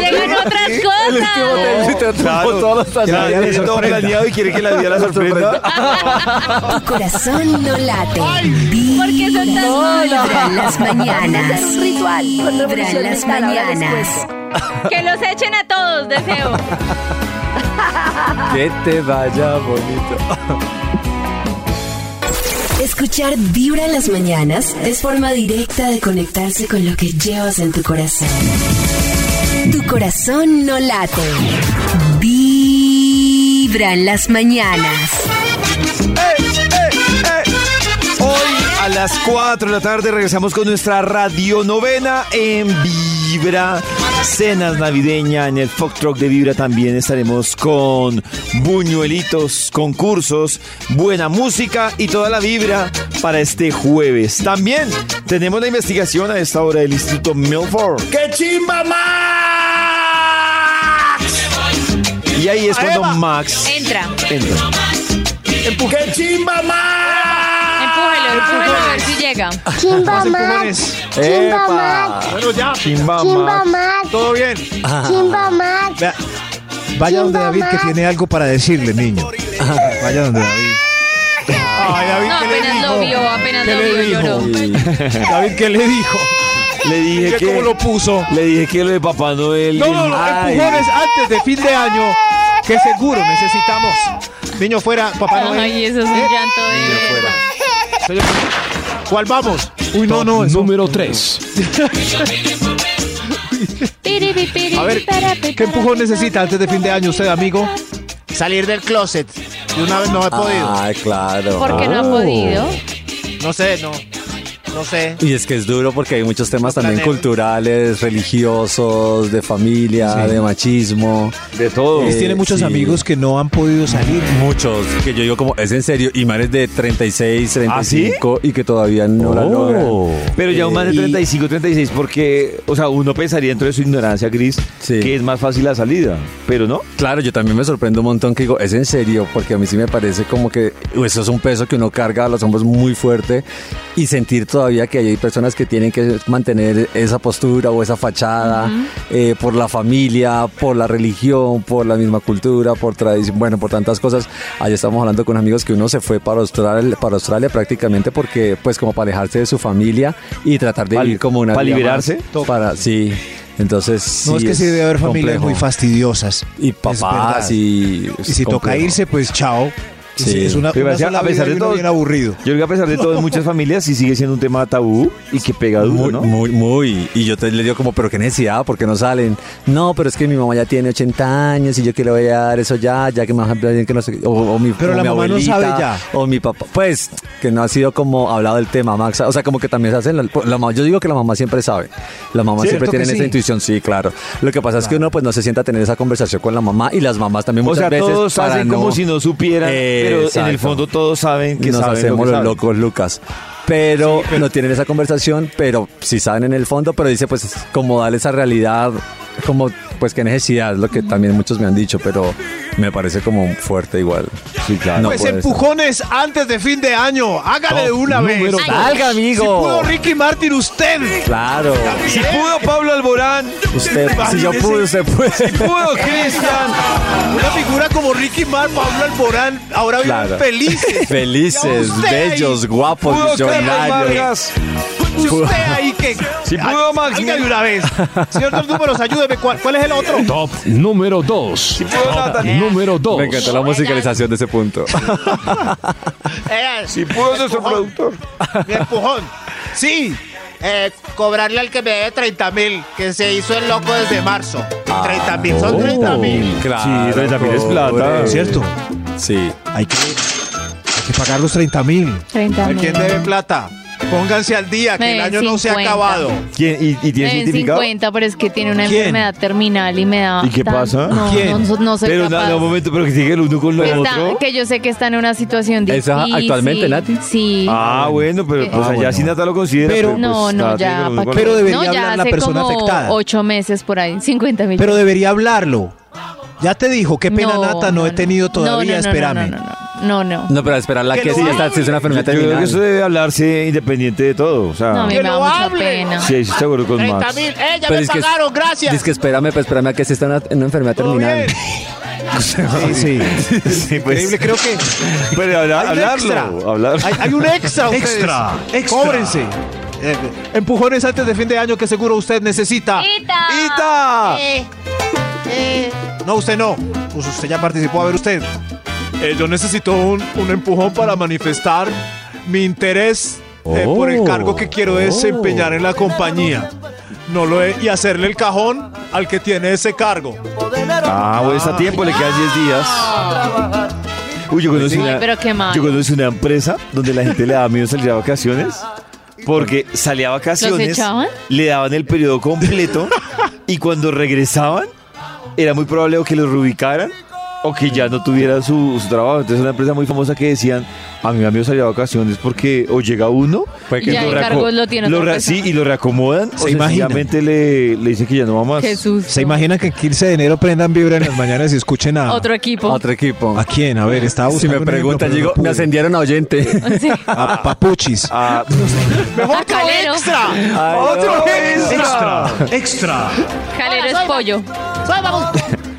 S2: Llegan otras
S5: El último
S1: [laughs]
S2: cosas.
S5: te- te
S1: Claro,
S5: atrapó todos los
S1: ya
S5: anteriores.
S1: tiene todo planeado y quiere que la vida la sorprenda.
S7: Tu corazón no late.
S2: Porque son tan
S7: Vibra en las mañanas.
S6: Es un ritual con
S7: Vibra en
S6: revolución
S7: las
S6: mental, ahora les
S7: mañanas.
S6: cuento.
S2: Que los echen a todos, deseo.
S5: Que te vaya bonito.
S7: Escuchar Vibra en las mañanas es forma directa de conectarse con lo que llevas en tu corazón. Tu corazón no late. Vibra en las mañanas.
S1: Hoy a las 4 de la tarde regresamos con nuestra radionovena en Vibra. Cenas navideña en el Fox Truck de Vibra también estaremos con buñuelitos, concursos, buena música y toda la vibra para este jueves. También tenemos la investigación a esta hora del Instituto Milford.
S4: ¡Qué chimba Max!
S1: Y ahí es cuando
S4: ¡Aeva!
S1: Max
S2: Entra.
S1: entra.
S4: ¡Qué chimba Max!
S2: Empújelo, empújelo a ver si llega.
S19: Chimba
S3: Empujones.
S19: Max. Chimba Max.
S3: Bueno, ya.
S1: Chimba
S19: Chimba Max.
S3: ¿Todo bien?
S19: Chimba Max.
S3: Vea, Vaya donde
S19: Chimba
S3: David que
S19: Max.
S3: tiene algo para decirle, niño. Vaya donde David. Ay, David,
S2: No,
S3: ¿qué le
S2: apenas
S3: dijo?
S2: lo vio, apenas
S3: ¿Qué
S2: lo vio,
S3: le
S2: lloró.
S3: dijo? David, ¿qué le dijo?
S1: Le dije que.
S3: ¿Cómo lo puso?
S1: Le dije que lo de Papá Noel.
S3: No, no, no,
S1: Ay.
S3: empujones antes de fin de año que seguro necesitamos. Niño fuera, papá Noel.
S2: Ay, eso es un llanto de...
S3: ¿Cuál vamos? Uy, no, no.
S15: Número 3.
S2: Piripi, piripi,
S3: A ver,
S2: parapi,
S3: ¿qué empujón necesita antes de fin de año usted, amigo?
S9: Salir del closet. De una vez no he podido.
S5: Ay, claro.
S2: ¿Por qué no ha
S5: Ah.
S2: podido?
S9: No sé, no. No sé.
S5: Y es que es duro porque hay muchos temas también
S9: planeo.
S5: culturales, religiosos, de familia, de machismo.
S1: De todo.
S5: Eh,
S3: tiene muchos
S5: sí.
S3: amigos que no han podido salir.
S5: Muchos, que yo digo como, es en serio, y manes de 36, 35 y que todavía no la logran.
S1: Pero ya un más de
S5: Eh, y-
S1: 35, 36, porque, o sea, uno pensaría dentro de su ignorancia, Cris, que es más fácil la salida, pero no.
S5: Claro, yo también me sorprendo un montón que digo, es en serio, porque a mí sí me parece como que uy, eso es un peso que uno carga a los hombros muy fuerte y sentir todavía que hay personas que tienen que mantener esa postura o esa fachada eh, por la familia, por la religión, por la misma cultura, por tradición, bueno, por tantas cosas. Ayer estábamos hablando con amigos que uno se fue para Australia, para Australia prácticamente porque, pues, como para alejarse de su familia y tratar de
S1: Pal-
S5: vivir como una
S1: ¿para
S5: vida más,
S1: liberarse?
S5: para, sí. Entonces,
S3: No es que sí debe haber familias
S5: complejo.
S3: muy fastidiosas.
S5: Y
S3: verdad.
S5: papás y...
S3: Y si toca irse, pues chao.
S5: Sí.
S3: Sí, Es una,
S1: Pero
S3: Ah, una
S1: decía,
S3: sola
S1: a
S3: vida
S1: pesar
S3: y
S1: de
S3: uno
S1: todo-
S3: bien aburrido.
S1: Yo creo que a pesar de todo, en muchas familias sí sigue siendo un tema tabú y que pega duro,
S5: Muy,
S1: ¿no?
S5: muy, muy. Y yo te, le digo como, pero qué necesidad, ¿por qué no salen? No, pero es que mi mamá ya tiene 80 años y yo que le voy a dar eso ya, ya que más bien que no sé, qué. o, o mi
S3: Pero
S5: o
S3: la
S5: mi
S3: mamá no
S5: abuelita,
S3: sabe ya.
S5: O mi papá, pues, que no ha sido como hablado del tema, Max. O sea, como que también se hacen, la, la mamá- yo digo que la mamá siempre sabe. La mamá
S3: ¿Cierto
S5: siempre
S3: que
S5: tiene
S3: sí?
S5: esa intuición, sí, claro. Lo que pasa es que uno pues no se sienta a tener esa conversación con la mamá y las mamás también
S1: O
S5: muchas
S1: sea,
S5: veces
S1: todos
S5: para
S1: hacen como si no supieran, pero en el
S5: Exacto.
S1: fondo todos saben que
S5: nos
S1: saben lo
S5: hacemos
S1: que
S5: los
S1: saben.
S5: locos, Lucas. Pero, no tienen esa conversación, pero sí saben en el fondo, pero dice pues como darle esa realidad, como pues qué necesidad, es lo que también muchos me han dicho, pero me parece como fuerte igual. Sí, claro.
S3: pues empujones antes de fin de año. Hágale de
S5: Top
S3: una vez.
S5: número dos. Salga, amigo.
S3: Si pudo Ricky Martin, usted.
S5: Claro.
S3: Si pudo Pablo Alborán.
S5: Usted, si yo
S3: Imagínese.
S5: pude, usted puede.
S3: Si pudo Cristian. Una figura como Ricky Martin, Pablo Alborán, ahora viven
S5: [laughs] Claro.
S3: felices.
S5: Felices,
S3: Y a usted
S5: bellos,
S3: ahí.
S5: guapos,
S3: Pudo Carlos
S5: millonarios.
S3: Vargas. Si usted ahí que. Si pudo Max. Hágale de una vez. Señor dos números, ayúdeme. ¿Cuál, cuál es el otro?
S4: Top número 2. Top número 2.
S5: Me encantó la musicalización de ese punto.
S9: si pudo nuestro productor.
S3: Mi empujón. Sí.
S9: Eh, cobrarle al que me debe 30 mil, que se hizo el loco desde marzo.
S5: Ah,
S9: 30 mil,
S5: Oh.
S9: son 30 mil.
S5: Claro,
S3: Sí, 30 mil es
S5: pobre.
S3: plata. ¿Cierto?
S5: Sí.
S3: Hay que, hay que pagar los 30 mil.
S2: 30
S3: ¿Quién debe plata? Pónganse al día, que
S2: Me
S3: el
S2: ven
S3: año no se ha
S2: 50.
S3: acabado.
S1: ¿Quién? ¿Y, y tiene
S2: Me ven
S1: certificado?
S2: 50, pero es que tiene una
S1: ¿Quién?
S2: enfermedad terminal y me da.
S1: ¿Y qué
S2: tan-
S1: pasa?
S2: No, no, no soy
S1: pero
S2: capaz.
S1: no, no, un momento, pero que sigue el uno con lo
S2: Está-
S1: otro.
S2: que yo sé que está en una situación
S1: ¿Esa
S2: difícil.
S1: actualmente, Nati?
S2: Sí.
S1: Ah, bueno, pero
S2: Eh.
S1: pues
S2: Ah,
S1: allá
S2: bueno.
S1: sí Nata lo considera.
S2: Pero,
S1: pues,
S2: no, no,
S1: está, tiene que
S2: ya.
S1: ver
S2: ¿pa'
S1: con-
S2: qué?
S1: Pero
S2: no,
S1: debería
S2: ya
S1: hablar la
S2: hace
S1: persona
S2: como
S1: afectada.
S2: ocho meses por ahí, 50 mil.
S21: Pero debería hablarlo. Ya te dijo, qué pena
S2: No,
S21: nata, no, he tenido todavía,
S2: no, no,
S21: espérame.
S2: no, No, no.
S5: No, pero esperar la
S1: Que
S5: que,
S1: lo
S5: sí, ya
S1: hable.
S5: está, sí es una enfermedad
S1: Yo creo que
S5: terminal.
S1: eso debe hablarse independiente de todo. O sea,
S2: No, a mí me da mucha pena.
S1: Sí, ahí sí seguro con
S9: 30
S1: Max. [laughs]
S9: mil. ¡Eh, ya
S5: pues Pero
S9: me
S5: es que-
S9: pagaron! ¡Gracias!
S5: Dice que espérame, pues espérame a que sí está en una, en una enfermedad terminal. [laughs]
S3: Sí, sí. Increíble, creo que.
S1: pues, Pero hablar-
S3: Hay un extra.
S1: [laughs] hablarlo, hablar.
S3: Hay, hay un extra. ustedes.
S1: Extra, extra.
S3: Cóbrense. Eh, Empujones antes de fin de año que seguro usted necesita.
S22: ¡Ita!
S3: ¡Ita!
S22: Eh, eh,
S3: No, usted no. Pues usted ya participó. A ver, usted. Eh, yo necesito un, un empujón para manifestar mi interés eh, por el cargo que quiero desempeñar en la compañía. No lo he- y hacerle el cajón al que tiene ese cargo.
S1: Ah, bueno, está a tiempo, le quedan 10 días. Uy, yo conocí,
S2: Ay,
S1: una,
S2: pero qué mal.
S1: yo conocí una empresa donde la gente le daba miedo salir a vacaciones porque salía a vacaciones,
S2: echaban?
S1: le daban el periodo completo y cuando regresaban era muy probable o que los reubicaran o que ya no tuvieran su, su trabajo. Entonces una empresa muy famosa que decían, a mí me da miedo salir a vacaciones porque o llega uno
S2: que Y ya
S1: lo
S2: el
S1: reaco-
S2: cargo lo tiene otra
S1: re-
S2: persona.
S1: sí, y lo reacomodan o
S3: ¿Se imagina?
S1: sencillamente le, le dicen que ya no va más.
S2: Qué susto.
S3: ¿Se imagina que el 15 de enero prendan vibra en las mañanas y escuchen a
S2: Otro equipo. [laughs]
S3: otro
S5: equipo?
S1: Ah,
S3: ¿A quién? A ver, estaba
S5: Si
S3: buscando
S5: me
S3: un ejemplo,
S5: preguntan,
S3: pero
S5: digo,
S3: no pude.
S5: me Ah. ascendieron
S3: [laughs]
S5: a oyente.
S3: A Papuchis.
S2: A Ah, Calero.
S5: Ay,
S3: ¡Otro extra!
S5: extra.
S3: ¡Extra!
S2: Calero es pollo.
S22: soy
S5: [laughs]
S22: vamos.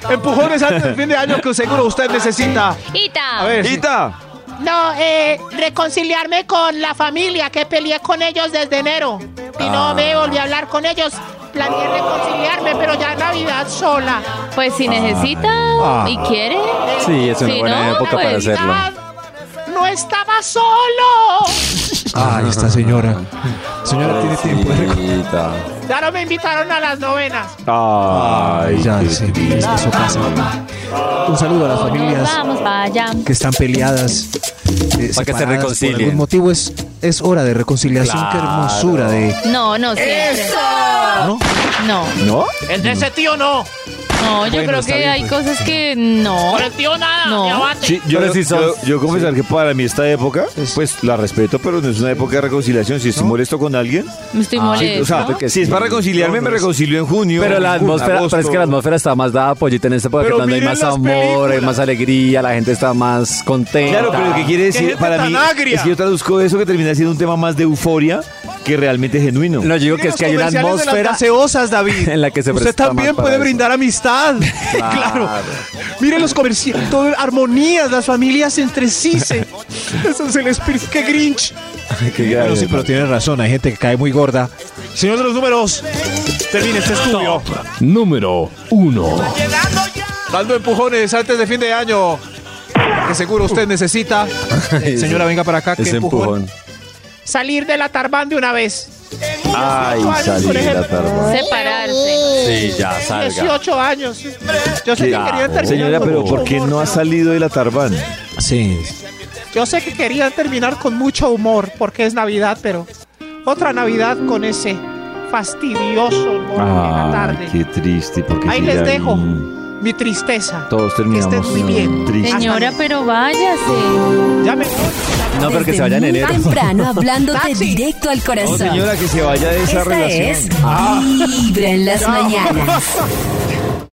S3: Empujones antes del fin de año que seguro usted necesita.
S22: Ita.
S3: A ver. ¡Ita!
S22: No, eh, reconciliarme con la familia que peleé con ellos desde enero. Y
S2: Ah.
S22: no me volví a hablar con ellos. Planeé reconciliarme, pero ya Navidad sola.
S2: Pues si necesita
S5: Ah.
S2: y quiere.
S5: Sí, es una
S2: Si
S5: buena
S2: no,
S5: época para
S2: pues,
S5: hacerlo.
S22: No estaba solo.
S3: Ay, esta señora.
S5: Ah,
S3: Señora, tiene tiempo de
S22: Ya no me invitaron a las novenas.
S1: Ay,
S3: ya, sí. Eso pasa. Un saludo a las familias
S2: Vamos, vaya.
S3: que están peleadas. eh,
S5: Para que se
S3: separadas por
S5: reconcilien.
S3: algún motivo es, es hora de reconciliación. Qué hermosura de.
S2: No, no siempre.
S3: ¿No?
S2: No.
S3: ¿No?
S9: El de ese tío no.
S2: No, yo
S9: Bueno,
S2: creo
S9: está
S2: que
S9: bien,
S2: hay
S9: pues.
S2: cosas que no.
S9: Con el tío nada,
S2: No.
S9: ni abate.
S1: Sí, yo,
S5: Pero sí
S1: yo,
S5: sos-
S1: yo confesar que para mí esta época, pues la respeto, pero no es una época de reconciliación. Si estoy molesto con alguien,
S2: Me estoy
S1: sí,
S2: molesta.
S1: o sea, si es para reconciliarme, me reconcilio en junio.
S5: Pero la
S1: en julio,
S5: atmósfera,
S1: agosto.
S5: pero es que la atmósfera está más dada pollita en esta época,
S1: Pero
S5: que donde hay
S1: miren
S5: más
S1: las
S5: amor, hay más alegría, la gente está más contenta.
S1: Claro, pero lo que quiere decir
S3: gente
S1: para
S3: tan
S1: mí
S3: agria!
S1: es que yo traduzco eso que termina siendo un tema más de euforia que realmente genuino.
S5: No, yo digo que es que hay una
S3: comerciales de las
S5: atmósfera
S3: gaseosas,
S5: [laughs]
S3: David.
S5: en la que se
S3: Usted
S5: presta más
S3: también
S5: para
S3: puede
S5: eso.
S3: brindar
S5: [laughs]
S3: amistad. Claro. Miren los comerciales, todo, armonías, las familias entre sí.
S5: [laughs]
S3: Se, eso es el espíritu. ¡Qué grinch! Bueno, sí, pero tiene razón, hay gente que cae muy gorda. Señor de los números, termine este estudio.
S4: Número 1.
S3: Dando empujones antes de fin de año. Que seguro usted necesita. Eh, Señora, venga para acá. que
S5: Ese empujón.
S9: Salir de la tarbán de una vez.
S5: Ay,
S9: por
S5: salí de la
S9: ejemplo. eh,
S5: tarde.
S2: Separarse.
S5: Sí, ya, salga.
S9: 18 años.
S3: Yo sé que
S5: Claro.
S3: querían terminar.
S1: Señora,
S3: con
S1: pero
S3: mucho
S1: ¿por qué
S3: humor,
S1: no ha salido de la tarbán?
S3: Sí.
S9: Yo sé que querían terminar con mucho humor porque es Navidad, pero otra Navidad con ese fastidioso humor de la
S1: Ay,
S9: tarde.
S1: qué triste. Porque
S9: Ahí
S1: sí,
S9: les
S1: ya-
S9: dejo. mi tristeza.
S1: Todos terminamos
S9: muy bien.
S1: tristes.
S2: Señora, pero váyase.
S9: Ya me
S1: No, pero que se vaya en enero. [laughs]
S7: Temprano hablándote directo al corazón.
S1: No, señora, que se vaya de esa
S7: Esta
S1: relación. [laughs]
S7: es Vibra en las mañanas.